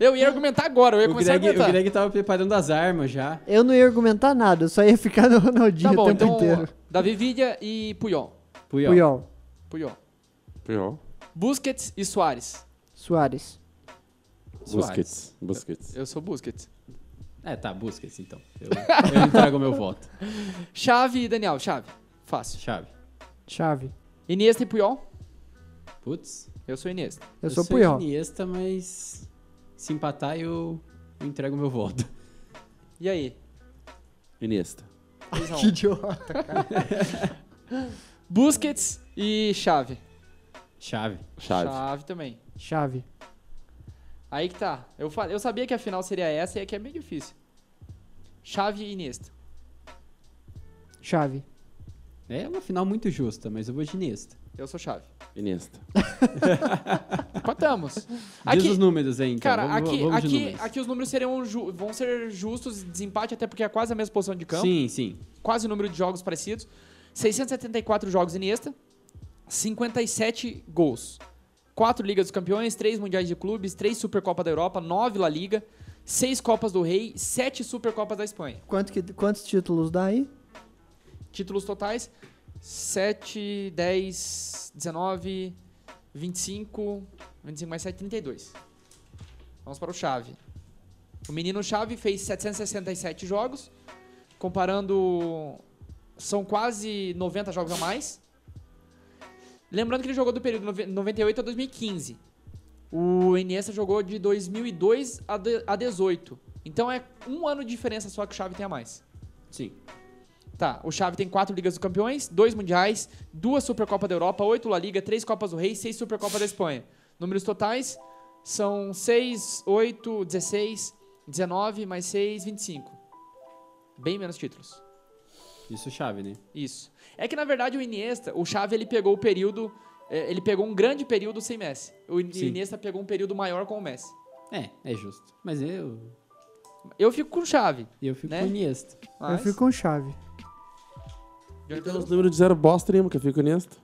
Speaker 1: eu ia argumentar agora, eu ia
Speaker 3: O
Speaker 1: começar
Speaker 3: Greg,
Speaker 1: a
Speaker 3: o
Speaker 1: argumentar.
Speaker 3: Greg tava preparando as armas já.
Speaker 4: Eu não ia argumentar nada, eu só ia ficar no
Speaker 1: tá
Speaker 4: Ronaldinho o
Speaker 1: bom,
Speaker 4: tempo
Speaker 1: então.
Speaker 4: inteiro.
Speaker 1: Davi Villa e Puyol.
Speaker 3: Puyol.
Speaker 4: Puyol,
Speaker 1: Puyol.
Speaker 5: Puyol.
Speaker 1: Busquets e Soares.
Speaker 4: Soares.
Speaker 5: Busquets. Busquets.
Speaker 1: Eu sou Busquets.
Speaker 3: É, tá, busca esse então. Eu, eu entrego meu voto.
Speaker 1: Chave e Daniel, chave. Fácil.
Speaker 3: Chave.
Speaker 4: Chave.
Speaker 1: Iniesta e Puyol.
Speaker 3: Putz.
Speaker 1: Eu sou Iniesta.
Speaker 4: Eu, sou Puyol.
Speaker 3: Iniesta, mas se empatar, eu, eu entrego meu voto.
Speaker 1: E aí?
Speaker 5: Iniesta.
Speaker 1: Três a um.
Speaker 4: Que idiota.
Speaker 1: Busquets e chave.
Speaker 3: Chave.
Speaker 5: Chave.
Speaker 1: Chave também.
Speaker 4: Chave.
Speaker 1: Aí que tá. Eu, fa- eu sabia que a final seria essa e é que é meio difícil. Chave e Iniesta.
Speaker 4: Chave.
Speaker 3: É uma final muito justa, mas eu vou de Iniesta.
Speaker 1: Eu sou chave.
Speaker 5: Iniesta.
Speaker 1: Empatamos.
Speaker 3: Diz
Speaker 1: Aqui,
Speaker 3: os números aí, então.
Speaker 1: cara,
Speaker 3: vamos,
Speaker 1: aqui,
Speaker 3: vamos de
Speaker 1: aqui,
Speaker 3: números.
Speaker 1: aqui os números serão ju- vão ser justos, desempate, até porque é quase a mesma posição de campo.
Speaker 3: Sim, sim.
Speaker 1: quase o número de jogos parecidos. 674 jogos Iniesta, 57 gols. 4 Ligas dos Campeões, 3 Mundiais de Clubes, 3 Supercopa da Europa, 9 La Liga, 6 Copas do Rei, 7 Supercopas da Espanha.
Speaker 4: Quanto que, quantos títulos dá aí?
Speaker 1: Títulos totais: 7, 10, 19, 25, 25 mais 7, 32. Vamos para o Chave. O menino Chave fez 767 jogos, comparando. São quase 90 jogos a mais. Lembrando que ele jogou do período nove- 98 a 2015. O Iniesta jogou de 2002 a de- a 18. Então é um ano de diferença só que o Chave tem a mais.
Speaker 3: Sim.
Speaker 1: Tá, o Xavi tem quatro Ligas dos Campeões, dois Mundiais, duas Supercopa da Europa, oito La Liga, três Copas do Rei, seis Supercopa da Espanha. Números totais são 6, 8, 16, 19, mais 6, 25. Bem menos títulos.
Speaker 3: Isso chave, né?
Speaker 1: Isso. É que, na verdade, o Iniesta, o Xavi, ele pegou o período... eh, Ele pegou um grande período sem Messi. O In-
Speaker 3: Sim.
Speaker 1: Iniesta pegou um período maior com o Messi.
Speaker 3: É, é justo. Mas eu,
Speaker 1: Eu fico com o Xavi.
Speaker 3: eu fico
Speaker 1: Né?
Speaker 3: com Iniesta.
Speaker 4: Eu
Speaker 1: mas-
Speaker 4: fico com chave.
Speaker 2: Então os números de zero bosta nenhuma, que eu fico Iniesta.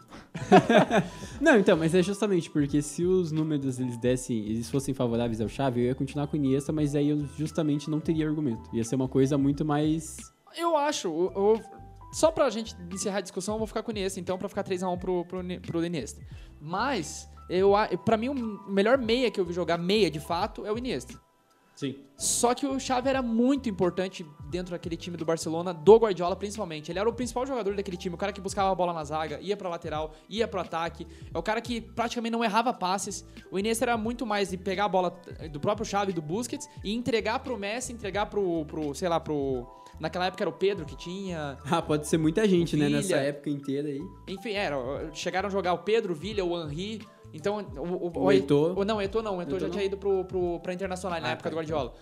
Speaker 3: Não, então, mas é justamente porque se os números eles dessem, eles fossem favoráveis ao Xavi, eu ia continuar com o Iniesta, mas aí eu justamente não teria argumento. Ia ser uma coisa muito mais...
Speaker 1: Eu acho. eu- eu- só pra gente encerrar a discussão, eu vou ficar com o Iniesta, então, pra ficar 3x1 pro, pro, Ni- pro Iniesta. Mas, eu, a- pra mim, o melhor meia que eu vi jogar, meia de fato, é o Iniesta.
Speaker 3: Sim.
Speaker 1: Só que o Xavi era muito importante dentro daquele time do Barcelona, do Guardiola principalmente. Ele era o principal jogador daquele time, o cara que buscava a bola na zaga, ia pra lateral, ia pro ataque. É o cara que praticamente não errava passes. O Iniesta era muito mais de pegar a bola eh, do próprio Xavi, do Busquets, e entregar pro Messi, entregar pro, pro sei lá, pro... Naquela época era o Pedro que tinha...
Speaker 3: Ah, pode ser muita gente, né?
Speaker 1: Filha.
Speaker 3: Nessa época inteira aí.
Speaker 1: Enfim, é, era, chegaram a jogar o Pedro, o Villa, o Henry. Então, o,
Speaker 3: O Eto'o.
Speaker 1: o- Não, o Eto'o não. O Eto'o
Speaker 3: Eto'o
Speaker 1: já
Speaker 3: não?
Speaker 1: tinha ido pro, pro, pra Internacional na
Speaker 3: Ah,
Speaker 1: época
Speaker 3: tá,
Speaker 1: do Guardiola.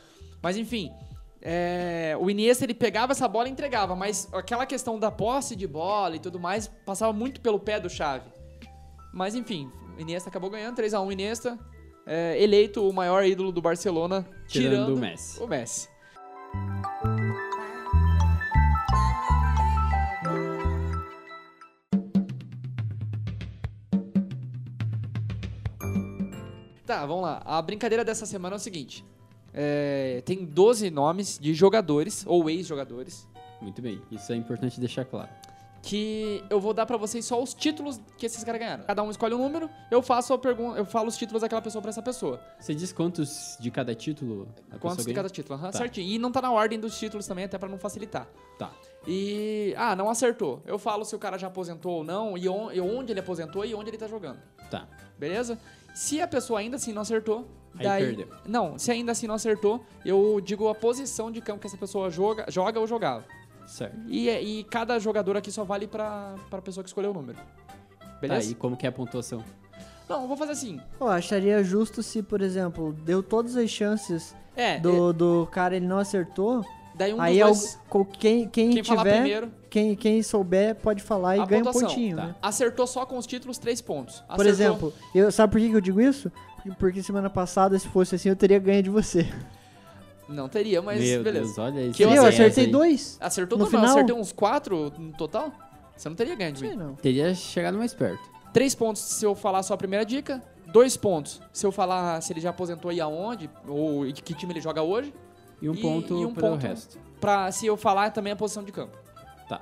Speaker 1: Mas, enfim, é, o Iniesta, ele pegava essa bola e entregava. Mas aquela questão da posse de bola e tudo mais, passava muito pelo pé do Xavi. Mas, enfim, o Iniesta acabou ganhando. 3x1 Iniesta. é, eleito o maior ídolo do Barcelona,
Speaker 3: Tirando
Speaker 1: tirando,
Speaker 3: o Messi.
Speaker 1: o Messi. Tá, vamos lá. A brincadeira dessa semana é o seguinte: É, tem 12 nomes de jogadores ou ex-jogadores
Speaker 3: Muito bem, isso é importante deixar claro.
Speaker 1: que eu vou dar pra vocês só os títulos que esses caras ganharam. Cada um escolhe um número, eu faço a pergunta, eu falo os títulos daquela pessoa pra essa pessoa.
Speaker 3: Você diz quantos de cada título? a
Speaker 1: Quantos
Speaker 3: pessoa
Speaker 1: de
Speaker 3: ganha?
Speaker 1: cada título? Aham,
Speaker 3: Tá.
Speaker 1: certinho. E não tá na ordem dos títulos também, até pra não facilitar.
Speaker 3: Tá.
Speaker 1: E. Ah, não acertou. Eu falo se o cara já aposentou ou não, e on- e onde ele aposentou e onde ele tá jogando.
Speaker 3: Tá.
Speaker 1: Beleza? Se a pessoa ainda assim não acertou,
Speaker 3: Aí
Speaker 1: daí.
Speaker 3: perdeu.
Speaker 1: Não, se ainda assim não acertou, eu digo a posição de campo que essa pessoa joga, joga ou jogava.
Speaker 3: Certo.
Speaker 1: E, é, e cada jogador aqui só vale pra, pra pessoa que escolheu o número.
Speaker 3: Tá,
Speaker 1: Beleza?
Speaker 3: e como que é a pontuação?
Speaker 1: Não, eu vou fazer assim.
Speaker 4: Eu acharia justo se, por exemplo, deu todas as chances
Speaker 1: É,
Speaker 4: do, do cara, ele não acertou.
Speaker 1: daí um
Speaker 4: aí
Speaker 1: dos
Speaker 4: é o-
Speaker 1: dois,
Speaker 4: co- quem, quem,
Speaker 1: quem falar
Speaker 4: tiver,
Speaker 1: primeiro,
Speaker 4: quem, quem souber pode falar e
Speaker 1: A
Speaker 4: ganha
Speaker 1: pontuação,
Speaker 4: um pontinho,
Speaker 3: tá.
Speaker 4: né?
Speaker 1: acertou só com os títulos, três pontos.
Speaker 4: Por
Speaker 1: Acertou-
Speaker 4: exemplo, eu, sabe por que que eu digo isso? Porque semana passada, se fosse assim, eu teria ganho de você.
Speaker 1: Não teria, mas
Speaker 3: Meu
Speaker 1: beleza.
Speaker 3: Deus, olha isso.
Speaker 1: Que eu
Speaker 4: eu
Speaker 1: acertei
Speaker 4: acertei dois?
Speaker 1: Acertou
Speaker 4: No
Speaker 1: não, final...
Speaker 4: final?
Speaker 1: acertei uns quatro no total? Você não teria ganho de
Speaker 4: Sei
Speaker 1: mim.
Speaker 4: não.
Speaker 3: Teria chegado mais perto.
Speaker 1: Três pontos se eu falar só a primeira dica. Dois pontos se eu falar se ele já aposentou e aonde, ou e que time ele joga hoje.
Speaker 3: E um
Speaker 1: E-
Speaker 3: ponto
Speaker 1: e um
Speaker 3: para o
Speaker 1: ponto.
Speaker 3: resto.
Speaker 1: Pra se eu falar também a posição de campo.
Speaker 3: Tá.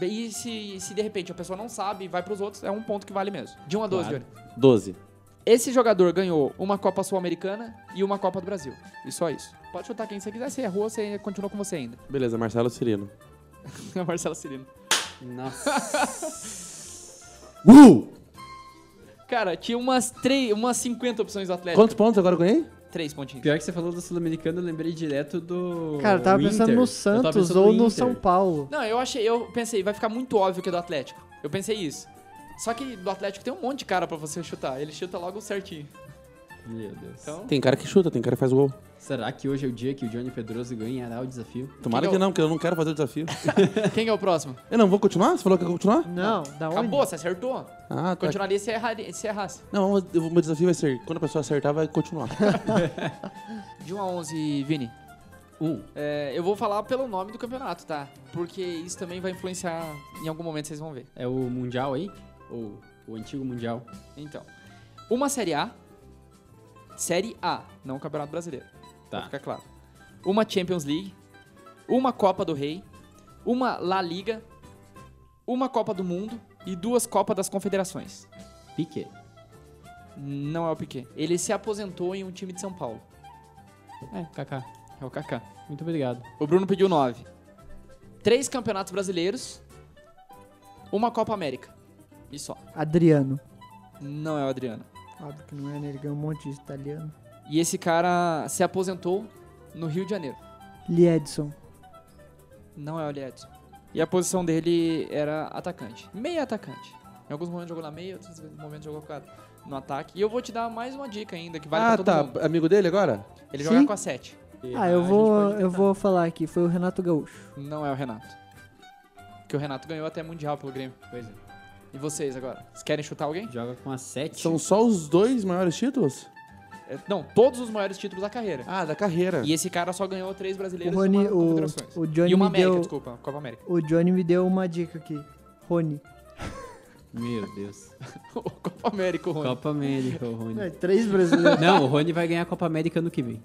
Speaker 1: E se, se de repente a pessoa não sabe e vai pros outros, é um ponto que vale mesmo. De 1 a 12,
Speaker 3: Claro.
Speaker 1: Johnny.
Speaker 5: 12.
Speaker 1: Esse jogador ganhou uma Copa Sul-Americana e uma Copa do Brasil. E só isso. Pode chutar quem você quiser, se errou, você continua com você ainda. É
Speaker 5: Beleza, Marcelo Cirino.
Speaker 1: Marcelo Cirino.
Speaker 3: Nossa.
Speaker 2: Uh!
Speaker 1: Cara, tinha umas, três, umas 50 opções do Atlético.
Speaker 2: Quantos pontos agora eu ganhei?
Speaker 1: Três pontinhos.
Speaker 3: Pior que você falou do Sul-Americano, eu lembrei direto do.
Speaker 4: Cara, eu tava
Speaker 3: Inter.
Speaker 4: pensando no
Speaker 3: Eu tava
Speaker 4: Santos
Speaker 3: pensando
Speaker 4: ou no
Speaker 3: Inter.
Speaker 4: São Paulo.
Speaker 1: Não, eu achei, eu pensei, vai ficar muito óbvio que é do Atlético. Eu pensei isso. Só que do Atlético tem um monte de cara pra você chutar. Ele chuta logo certinho.
Speaker 3: Meu Deus.
Speaker 1: Então,
Speaker 2: Tem cara que chuta, tem cara que faz gol.
Speaker 3: Será que hoje é o dia que o Johnny Pedroso ganhará o desafio?
Speaker 2: Tomara
Speaker 1: Quem que é
Speaker 2: que
Speaker 1: o-
Speaker 2: não, porque eu não quero fazer o desafio.
Speaker 1: quem é o próximo?
Speaker 2: Eu não vou continuar? Você falou que ia continuar?
Speaker 4: Não, da onde?
Speaker 1: Acabou, você acertou.
Speaker 2: Ah, tá.
Speaker 1: Continuaria se, erraria, se errasse.
Speaker 2: Não, eu vou- meu desafio vai ser, quando a pessoa acertar, vai continuar.
Speaker 1: De 1 a 11, Vini.
Speaker 3: Um.
Speaker 1: É, eu vou falar pelo nome do campeonato, tá? Porque isso também vai influenciar em algum momento, vocês vão ver.
Speaker 3: É o Mundial aí? Ou o antigo Mundial?
Speaker 1: Então, uma Série A, Série A, não o Campeonato Brasileiro, pra
Speaker 3: Tá.
Speaker 1: ficar claro. Uma Champions League, uma Copa do Rei, uma La Liga, uma Copa do Mundo e duas Copas das Confederações.
Speaker 3: Piquet.
Speaker 1: Não é o Piquet. Ele se aposentou em um time de São Paulo.
Speaker 3: É, Kaká.
Speaker 1: É o Kaká.
Speaker 3: Muito obrigado.
Speaker 1: O Bruno pediu nove. Três campeonatos brasileiros, uma Copa América. E só.
Speaker 4: Adriano.
Speaker 1: Não é o Adriano.
Speaker 4: Óbvio que não é, né? Ele ganhou um monte de italiano.
Speaker 1: E esse cara se aposentou no Rio de Janeiro.
Speaker 4: Liedson.
Speaker 1: Não é o Edson. E a posição dele era atacante. Meia atacante. Em alguns momentos jogou na meia, outros momentos jogou com a- no ataque. E eu vou te dar mais uma dica ainda, que vale
Speaker 2: ah,
Speaker 1: pra todo
Speaker 2: tá.
Speaker 1: mundo.
Speaker 2: Amigo dele agora?
Speaker 1: Ele
Speaker 4: Sim.
Speaker 1: jogava com a 7.
Speaker 4: Ah, eu vou, eu vou falar aqui. Foi o Renato Gaúcho.
Speaker 1: Não é o Renato. Porque o Renato ganhou até Mundial pelo Grêmio.
Speaker 3: Pois é.
Speaker 1: E vocês agora? Vocês querem chutar alguém?
Speaker 3: Joga com a 7.
Speaker 2: São só os dois maiores títulos?
Speaker 1: É, Não, todos os maiores títulos da carreira.
Speaker 2: Ah, da carreira.
Speaker 1: E esse cara só ganhou três
Speaker 4: O
Speaker 1: brasileiros e
Speaker 4: Rony,
Speaker 1: uma
Speaker 4: o,
Speaker 1: Confederações.
Speaker 4: o Johnny
Speaker 1: e uma
Speaker 4: me
Speaker 1: América,
Speaker 4: deu,
Speaker 1: desculpa. Copa América.
Speaker 4: o Johnny me deu uma dica aqui. Rony.
Speaker 3: Meu Deus.
Speaker 1: Copa América, o Rony.
Speaker 3: Copa América, o Rony.
Speaker 4: É, três brasileiros.
Speaker 3: Não, o Rony vai ganhar a Copa América ano que vem.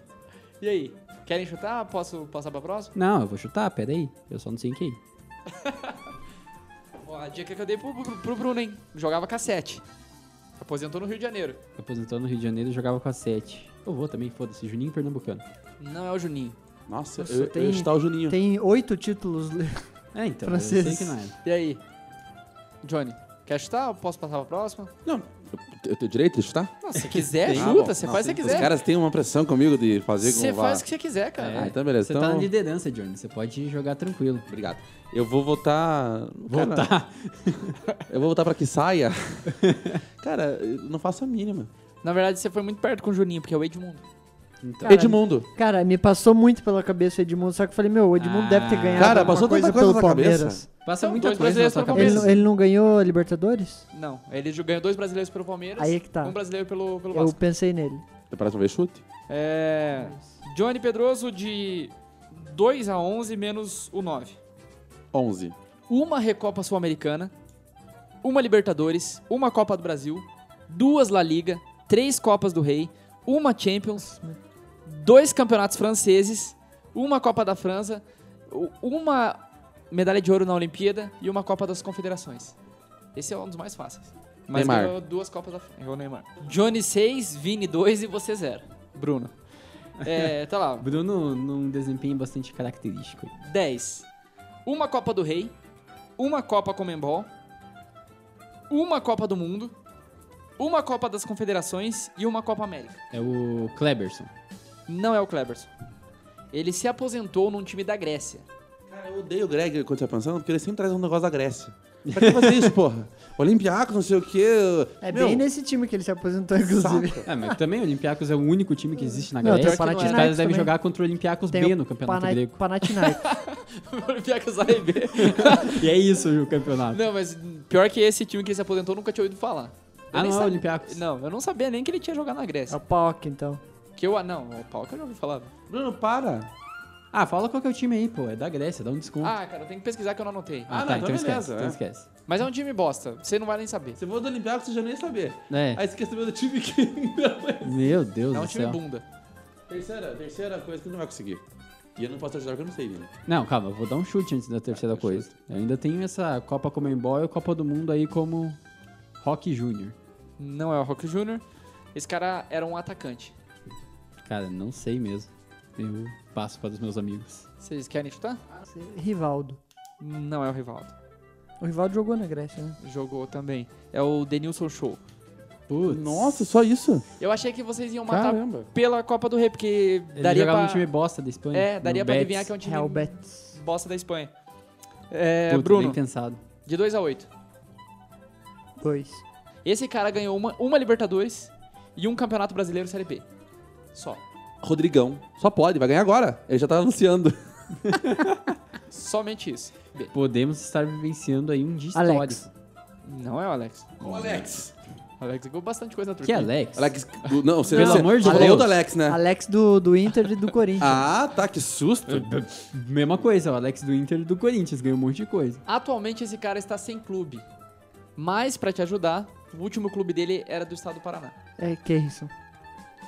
Speaker 1: E aí? Querem chutar? Posso passar pra próxima?
Speaker 3: Não, eu vou chutar, peraí. Eu só não sei em quem.
Speaker 1: Ó, a dica que eu dei pro, pro, pro Bruno, hein? Jogava cassete. Aposentou no Rio de Janeiro.
Speaker 3: Aposentou no Rio de Janeiro e jogava com a 7. Eu vou também, foda-se. Juninho Pernambucano.
Speaker 1: Não é o Juninho.
Speaker 2: Nossa,
Speaker 4: Nossa,
Speaker 2: eu,
Speaker 4: tem-
Speaker 2: eu ia chutar o Juninho.
Speaker 4: Tem oito títulos.
Speaker 3: É, então.
Speaker 4: Francês.
Speaker 3: Eu sei que não é.
Speaker 1: E aí? Johnny, quer chutar? Eu Posso passar pra próxima?
Speaker 2: Não, eu, eu tenho direito de chutar?
Speaker 1: Não, se quiser,
Speaker 2: Tem. Ah,
Speaker 1: chuta.
Speaker 2: bom.
Speaker 1: Você
Speaker 2: Não,
Speaker 1: faz o que você
Speaker 2: Os
Speaker 1: quiser.
Speaker 2: caras têm uma pressão comigo de fazer com
Speaker 1: Você
Speaker 2: vá-
Speaker 1: faz o que você quiser,
Speaker 2: Ah,
Speaker 1: cara.
Speaker 2: então beleza.
Speaker 3: Você
Speaker 2: Então,
Speaker 3: tá na liderança, Johnny. Você pode jogar tranquilo.
Speaker 2: Obrigado. Eu vou votar... Votar? eu vou votar pra que saia. cara, eu não faço a mínima.
Speaker 1: Na verdade, você foi muito perto com o Juninho, porque é o Edmundo.
Speaker 3: Então,
Speaker 4: Cara,
Speaker 2: Edmundo.
Speaker 4: Cara, me passou muito pela cabeça o Edmundo, só que eu falei, meu, o Edmundo
Speaker 3: Ah.
Speaker 4: deve ter ganhado
Speaker 2: Cara,
Speaker 4: alguma
Speaker 2: passou tanta
Speaker 4: coisa
Speaker 2: coisa
Speaker 4: pelo
Speaker 2: na cabeça.
Speaker 4: Palmeiras.
Speaker 3: passa
Speaker 1: São
Speaker 3: muita
Speaker 1: dois
Speaker 3: coisa na
Speaker 1: brasileiros
Speaker 3: sua
Speaker 1: pra
Speaker 3: cabeça.
Speaker 4: Ele,
Speaker 1: Palmeiras.
Speaker 4: ele não ganhou a Libertadores?
Speaker 1: Não, ele jo- ganhou dois brasileiros pelo Palmeiras.
Speaker 4: Aí é que tá.
Speaker 1: Um brasileiro pelo, pelo
Speaker 4: Eu
Speaker 1: Vasco.
Speaker 4: pensei nele.
Speaker 2: Da próxima vez, chute.
Speaker 1: É... Johnny Pedroso de 2 a 11 menos o 9.
Speaker 2: 11.
Speaker 1: uma Recopa Sul-Americana, uma Libertadores, uma Copa do Brasil, duas La Liga, três Copas do Rei, uma Champions, dois campeonatos franceses, uma Copa da França, u- uma medalha de ouro na Olimpíada e uma Copa das Confederações. Esse é um dos mais fáceis. Mas
Speaker 2: Neymar.
Speaker 1: ganhou duas Copas da França. Ganhou o Neymar. Johnny 6, Vini 2 e você 0. Bruno. É, tá lá.
Speaker 3: Bruno num desempenho bastante característico.
Speaker 1: 10. Uma Copa do Rei, uma Copa Comembol, uma Copa do Mundo, uma Copa das Confederações e uma Copa América.
Speaker 3: É o Kleberson.
Speaker 1: Não é o Cleberson. Ele se aposentou num time da Grécia.
Speaker 2: Cara, eu odeio o Greg quando você tá pensando, porque ele sempre traz um negócio da Grécia. Pra que fazer isso, porra? Olympiacos, não sei o quê.
Speaker 4: É
Speaker 2: Meu,
Speaker 4: bem nesse time que ele se aposentou, inclusive.
Speaker 2: saca.
Speaker 3: É, mas também o Olympiacos é o único time que existe na
Speaker 4: Não, tem
Speaker 3: Grécia.
Speaker 4: o Panathinaikos
Speaker 3: Os caras devem
Speaker 4: também.
Speaker 3: jogar contra o Olympiacos
Speaker 4: Tem
Speaker 3: B
Speaker 4: o
Speaker 3: no campeonato
Speaker 4: Pana-
Speaker 3: grego.
Speaker 4: Panathinaikos.
Speaker 1: Olympiacos A e B.
Speaker 3: E é isso o campeonato.
Speaker 1: Não, mas pior que esse time que ele se aposentou, eu nunca tinha ouvido falar. Eu
Speaker 3: Ah,
Speaker 1: nem
Speaker 3: não é o
Speaker 1: sabia-
Speaker 3: Olympiacos?
Speaker 1: Não, eu não sabia nem que ele tinha jogado na
Speaker 4: É o
Speaker 1: Grécia.
Speaker 4: Paok, então.
Speaker 1: Que eu, ah, não, o pau que eu já ouvi falar.
Speaker 2: Bruno, para.
Speaker 3: Ah, fala qual que é o time aí, pô. É da Grécia, dá um desconto.
Speaker 1: Ah, cara, eu tenho que pesquisar que eu não anotei.
Speaker 2: ah, não, então
Speaker 3: esquece.
Speaker 2: beleza,
Speaker 3: Então
Speaker 2: é.
Speaker 3: esquece.
Speaker 1: Mas é um time bosta, você não vai nem saber.
Speaker 2: Você for do Olympiacos, você já nem ia saber.
Speaker 3: É.
Speaker 2: Aí você quer saber do time que...
Speaker 3: Meu Deus
Speaker 1: É um
Speaker 3: do
Speaker 1: time
Speaker 3: céu.
Speaker 1: bunda.
Speaker 2: terceira, terceira coisa que não vai conseguir. E eu não posso ajudar porque eu não sei, né? Vini.
Speaker 3: Não, calma, eu vou dar um chute antes da terceira
Speaker 2: dá um
Speaker 3: coisa. Eu ainda tenho essa Copa Comembol e a Copa do Mundo aí como Rock Júnior.
Speaker 1: Não é o Rock Jr. Esse cara era um atacante.
Speaker 3: Cara, não sei mesmo. Eu passo para os meus amigos.
Speaker 1: Vocês querem chutar?
Speaker 4: Rivaldo.
Speaker 1: Não é o Rivaldo.
Speaker 4: O Rivaldo jogou na Grécia, né?
Speaker 1: Jogou também. É o Denilson Show.
Speaker 3: Putz.
Speaker 2: Nossa, só isso?
Speaker 1: Eu achei que vocês iam matar
Speaker 2: Caramba.
Speaker 1: pela Copa do Rei, porque
Speaker 3: Ele
Speaker 1: daria
Speaker 3: jogava
Speaker 1: pra...
Speaker 3: no time bosta da Espanha.
Speaker 1: É,
Speaker 3: no
Speaker 1: daria pra
Speaker 3: Betis.
Speaker 1: adivinhar que é um time
Speaker 4: Real Betis.
Speaker 1: bosta da Espanha. É,
Speaker 3: Puta,
Speaker 1: Bruno,
Speaker 3: Bem pensado.
Speaker 1: de 2 a 8.
Speaker 4: Dois.
Speaker 1: Esse cara ganhou uma, uma Libertadores, e um Campeonato Brasileiro Série B. Só.
Speaker 2: Rodrigão. Só pode, vai ganhar agora. Ele já tá anunciando.
Speaker 1: Somente isso. B.
Speaker 3: Podemos estar vivenciando aí um dia
Speaker 4: Alex.
Speaker 3: histórico.
Speaker 1: Não é o Alex.
Speaker 2: O Alex.
Speaker 1: O Alex ganhou bastante coisa na Turquia.
Speaker 3: Que Alex?
Speaker 2: Alex. do- não, você
Speaker 3: Pelo
Speaker 2: você-
Speaker 3: amor de
Speaker 2: falou
Speaker 3: Deus.
Speaker 2: do Alex, né?
Speaker 4: Alex do, do Inter e do Corinthians.
Speaker 2: Ah, tá, que susto.
Speaker 3: Mesma coisa, o Alex do Inter e do Corinthians ganhou um monte de coisa.
Speaker 1: Atualmente esse cara está sem clube. Mas, pra te ajudar, o último clube dele era do estado do Paraná.
Speaker 4: É, que isso.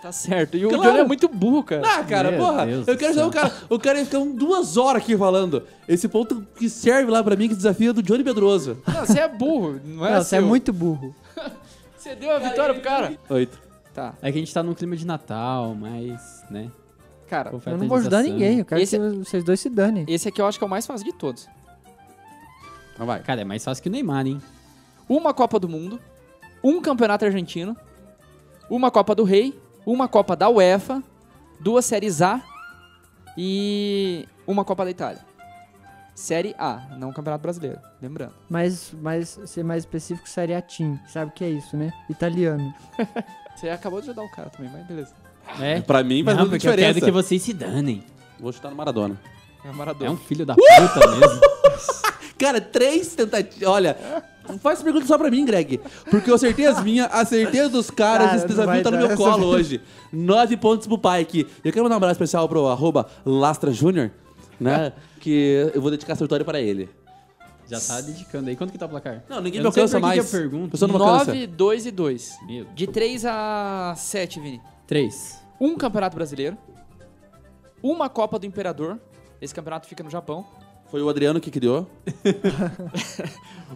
Speaker 1: Tá certo. E o
Speaker 2: Claro.
Speaker 1: Johnny é muito burro, cara.
Speaker 2: Ah, cara,
Speaker 3: Meu
Speaker 2: porra,
Speaker 3: Deus
Speaker 2: eu
Speaker 3: do
Speaker 2: quero saber
Speaker 3: céu.
Speaker 2: o cara. O cara ia ficar duas horas aqui falando. Esse ponto que serve lá pra mim, que desafio é do Johnny Pedroso.
Speaker 1: Não, você é burro, não é
Speaker 4: Não, você é
Speaker 1: seu.
Speaker 4: muito burro.
Speaker 1: Você deu a vitória pro cara.
Speaker 2: Oito.
Speaker 1: Tá,
Speaker 3: É que a gente tá num clima de Natal, mas, né?
Speaker 2: Tá.
Speaker 1: cara.
Speaker 3: confraternização.
Speaker 4: Eu não vou ajudar ninguém. Eu quero
Speaker 1: Esse-
Speaker 4: que vocês dois se danem.
Speaker 1: Esse aqui eu acho que é o mais fácil de todos.
Speaker 2: Então vai.
Speaker 3: Cara, é mais fácil que o Neymar, hein?
Speaker 1: Uma Copa do Mundo, um Campeonato Argentino, uma Copa do Rei, uma Copa da UEFA, duas Séries A e uma Copa da Itália. Série A, não Campeonato Brasileiro, lembrando.
Speaker 4: Mas, mas ser mais específico, Seriatim. Sabe o que é isso, né? Italiano.
Speaker 1: Você acabou de ajudar o cara também, mas beleza.
Speaker 3: É.
Speaker 2: Pra mim faz
Speaker 3: não,
Speaker 2: muita
Speaker 3: porque eu quero
Speaker 2: diferença.
Speaker 3: que vocês se danem.
Speaker 2: Vou chutar no Maradona.
Speaker 1: É o Maradona.
Speaker 3: É um filho
Speaker 2: Uh!
Speaker 3: da puta mesmo.
Speaker 2: Cara, três tentativas. Olha, faz pergunta só pra mim, Greg. Porque eu acertei as minhas, acertei as dos caras,
Speaker 4: Cara,
Speaker 2: esse
Speaker 4: não
Speaker 2: desafio
Speaker 4: vai
Speaker 2: tá no
Speaker 4: dar
Speaker 2: meu
Speaker 4: essa
Speaker 2: colo
Speaker 4: vez.
Speaker 2: hoje. Nove pontos pro pai aqui. Eu quero mandar um abraço especial pro arroba Lastra Júnior, né? que eu vou dedicar essa vitória para ele.
Speaker 3: Já tá dedicando aí. Quanto que tá o placar?
Speaker 2: Não, ninguém
Speaker 3: Eu
Speaker 2: me
Speaker 3: sei
Speaker 2: alcança
Speaker 3: por que que
Speaker 2: mais.
Speaker 3: eu pergunto.
Speaker 2: Pessoa não me alcança.
Speaker 1: 9, 2 e 2.
Speaker 3: Meu Deus.
Speaker 1: De 3 a 7, Vini.
Speaker 3: Três.
Speaker 1: Um Campeonato Brasileiro, uma Copa do Imperador, esse campeonato fica no Japão,
Speaker 2: Foi o Adriano que criou.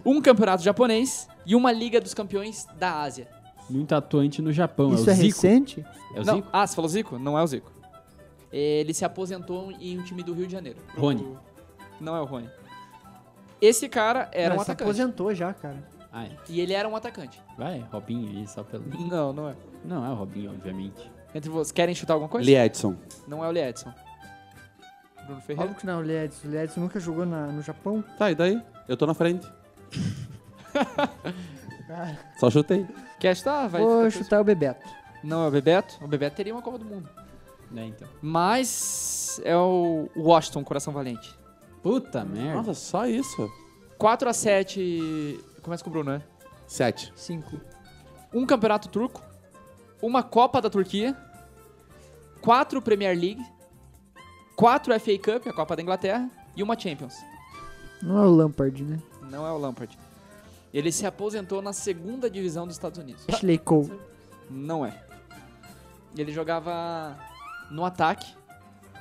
Speaker 1: um Campeonato Japonês e uma Liga dos Campeões da Ásia.
Speaker 3: Muito atuante no Japão.
Speaker 4: isso
Speaker 3: é
Speaker 4: é
Speaker 3: o Zico.
Speaker 4: recente?
Speaker 3: É o
Speaker 1: não,
Speaker 3: Zico?
Speaker 1: Ah, você falou Zico? Não é o Zico. Ele se aposentou em um time do Rio de Janeiro.
Speaker 3: Rony.
Speaker 1: Não é o Rony. Esse cara era
Speaker 4: Não, tá
Speaker 1: um
Speaker 4: se
Speaker 1: atacante.
Speaker 4: aposentou já, cara.
Speaker 3: Ah, é.
Speaker 1: E ele era um atacante.
Speaker 3: Vai, Robinho aí, só pelo.
Speaker 1: Não, não é.
Speaker 3: Não, é o Robinho, obviamente.
Speaker 1: Entre vocês, querem chutar alguma coisa?
Speaker 2: Lee Edson.
Speaker 1: Não é o Liedson. Bruno Ferreira.
Speaker 4: Óbvio que não, o Liedson. O Liedson nunca jogou na- no Japão.
Speaker 2: Tá, e daí? Eu tô na frente. Só chutei.
Speaker 1: Quer chutar? Vai.
Speaker 4: Vou
Speaker 1: fica-
Speaker 4: chutar o Bebeto.
Speaker 1: Não é o Bebeto? O Bebeto teria uma Copa do Mundo.
Speaker 3: Né, então.
Speaker 1: Mas é o Washington, coração valente.
Speaker 3: Puta merda.
Speaker 2: Nossa, só isso.
Speaker 1: 4 a 7 Começa com o Bruno, né?
Speaker 2: Sete.
Speaker 4: Cinco.
Speaker 1: Um campeonato turco, uma Copa da Turquia, quatro Premier League, quatro FA Cup, a Copa da Inglaterra, e uma Champions.
Speaker 4: Não é o Lampard, né?
Speaker 1: Não é o Lampard. Ele se aposentou na segunda divisão dos Estados Unidos.
Speaker 4: Ashley Cole.
Speaker 1: Não é. Ele jogava no ataque.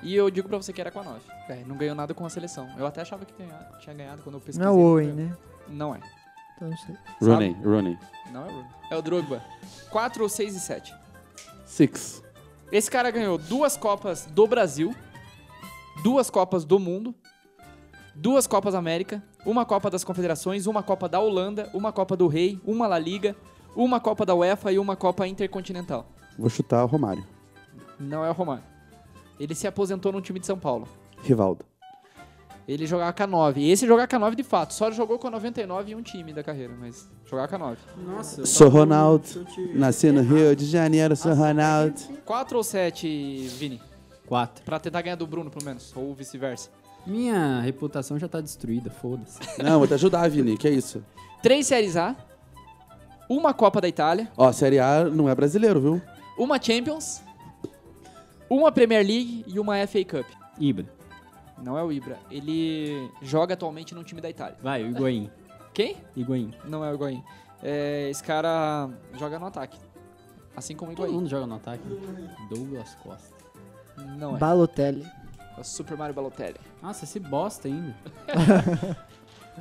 Speaker 1: E eu digo pra você que era com a 9. É, não ganhou nada com a seleção. Eu até achava que ganha- tinha ganhado quando eu pesquisei.
Speaker 4: Não é o Owen, né?
Speaker 1: Não é.
Speaker 4: Então não sei.
Speaker 2: Rooney, Rooney.
Speaker 1: Não é o Bruno. É o Drogba. 4 ou 6 e 7.
Speaker 2: Six.
Speaker 1: Esse cara ganhou duas Copas do Brasil, duas Copas do Mundo, duas Copas América, uma Copa das Confederações, uma Copa da Holanda, uma Copa do Rei, uma La Liga, uma Copa da UEFA e uma Copa Intercontinental.
Speaker 2: Vou chutar o Romário.
Speaker 1: Não é o Romário. Ele se aposentou num time de São Paulo.
Speaker 2: Rivaldo.
Speaker 1: Ele jogava com a 9. Esse jogava com a 9 de fato. Só jogou com a 99 em um time da carreira, mas jogava com a 9.
Speaker 3: Nossa.
Speaker 2: Sou Ronaldo. Ah, tá Nasci no Rio de Janeiro, sou Ronaldo.
Speaker 1: 4 ou 7, Vini?
Speaker 3: Quatro.
Speaker 1: Pra tentar ganhar do Bruno, pelo menos. Ou vice-versa.
Speaker 3: Minha reputação já tá destruída, foda-se.
Speaker 2: Não, vou te ajudar, Vini, que é isso.
Speaker 1: Três Séries A. Uma Copa da Itália.
Speaker 2: Ó, Série A não é brasileiro, viu?
Speaker 1: uma Champions, uma Premier League e uma FA Cup.
Speaker 3: Ibra.
Speaker 1: Não é o Ibra. Ele joga atualmente num time da Itália.
Speaker 3: Vai, o Higuaín.
Speaker 1: Quem?
Speaker 3: Higuaín.
Speaker 1: Não é o Higuaín. É, esse cara joga no ataque. Assim como o
Speaker 3: Todo
Speaker 1: Higuaín.
Speaker 3: mundo joga no ataque. Douglas Costa.
Speaker 1: Não é.
Speaker 4: Balotelli.
Speaker 1: É o Super Mario Balotelli.
Speaker 3: Nossa, esse bosta ainda.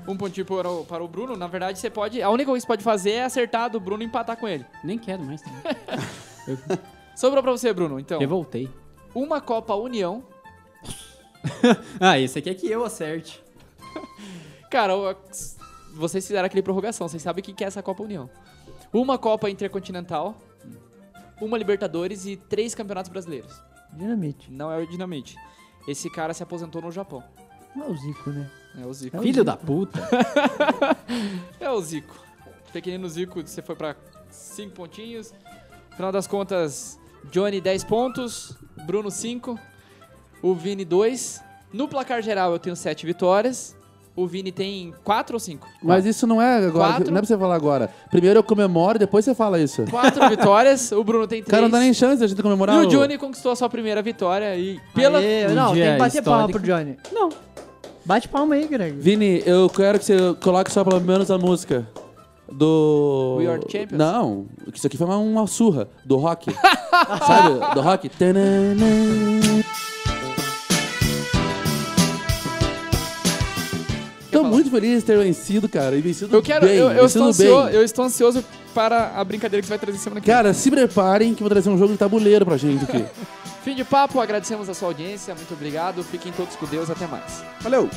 Speaker 1: Um pontinho para o, para o Bruno. Na verdade, você pode... A única coisa que você pode fazer é acertar do Bruno e empatar com ele.
Speaker 3: Nem quero mais. também. Eu
Speaker 1: Sobrou pra você, Bruno. Então,
Speaker 3: revoltei.
Speaker 1: uma Copa União.
Speaker 3: Ah, esse aqui é que eu acerte.
Speaker 1: Cara, o- vocês fizeram aquele prorrogação. Vocês sabem o que que é essa Copa União. Uma Copa Intercontinental. Uma Libertadores e três Campeonatos Brasileiros.
Speaker 4: Dinamite.
Speaker 1: Não é o Dinamite. Esse cara se aposentou no Japão.
Speaker 4: Não é o Zico, né?
Speaker 1: É o Zico.
Speaker 3: Filho da puta.
Speaker 1: É o Zico. Pequenino Zico, você foi pra cinco pontinhos. Final das contas, Johnny 10 pontos, Bruno 5, o Vini 2. No placar geral eu tenho 7 vitórias. O Vini tem 4 ou 5?
Speaker 2: Mas isso não é agora,
Speaker 1: Quatro.
Speaker 2: não é pra você falar agora. Primeiro eu comemoro, depois você fala isso.
Speaker 1: 4 vitórias, o Bruno tem 3.
Speaker 2: Cara, não dá nem chance da gente comemorar.
Speaker 1: E o
Speaker 2: ô.
Speaker 1: Johnny conquistou a sua primeira vitória e pela é
Speaker 4: Aê, não,
Speaker 3: Um
Speaker 4: tem
Speaker 3: dia
Speaker 4: que bater palma
Speaker 3: histórico.
Speaker 4: pro Johnny. Não. Bate palma aí, Greg.
Speaker 2: Vini, eu quero que você coloque só pelo menos a música do.
Speaker 1: We Are Champions?
Speaker 2: Não, isso aqui foi uma, uma surra do rock. Sabe? Do rock. Tanana. Tô
Speaker 1: falar?
Speaker 2: muito feliz de ter vencido, cara. E vencido
Speaker 1: Eu quero.
Speaker 2: bem.
Speaker 1: eu, eu estou
Speaker 2: vencido
Speaker 1: ansioso,
Speaker 2: bem.
Speaker 1: eu estou ansioso para a brincadeira que você vai trazer semana que vem.
Speaker 2: Cara, se preparem que eu vou trazer um jogo de tabuleiro pra gente aqui.
Speaker 1: Fim de papo, agradecemos a sua audiência, muito obrigado, fiquem todos com Deus, até mais.
Speaker 2: Valeu!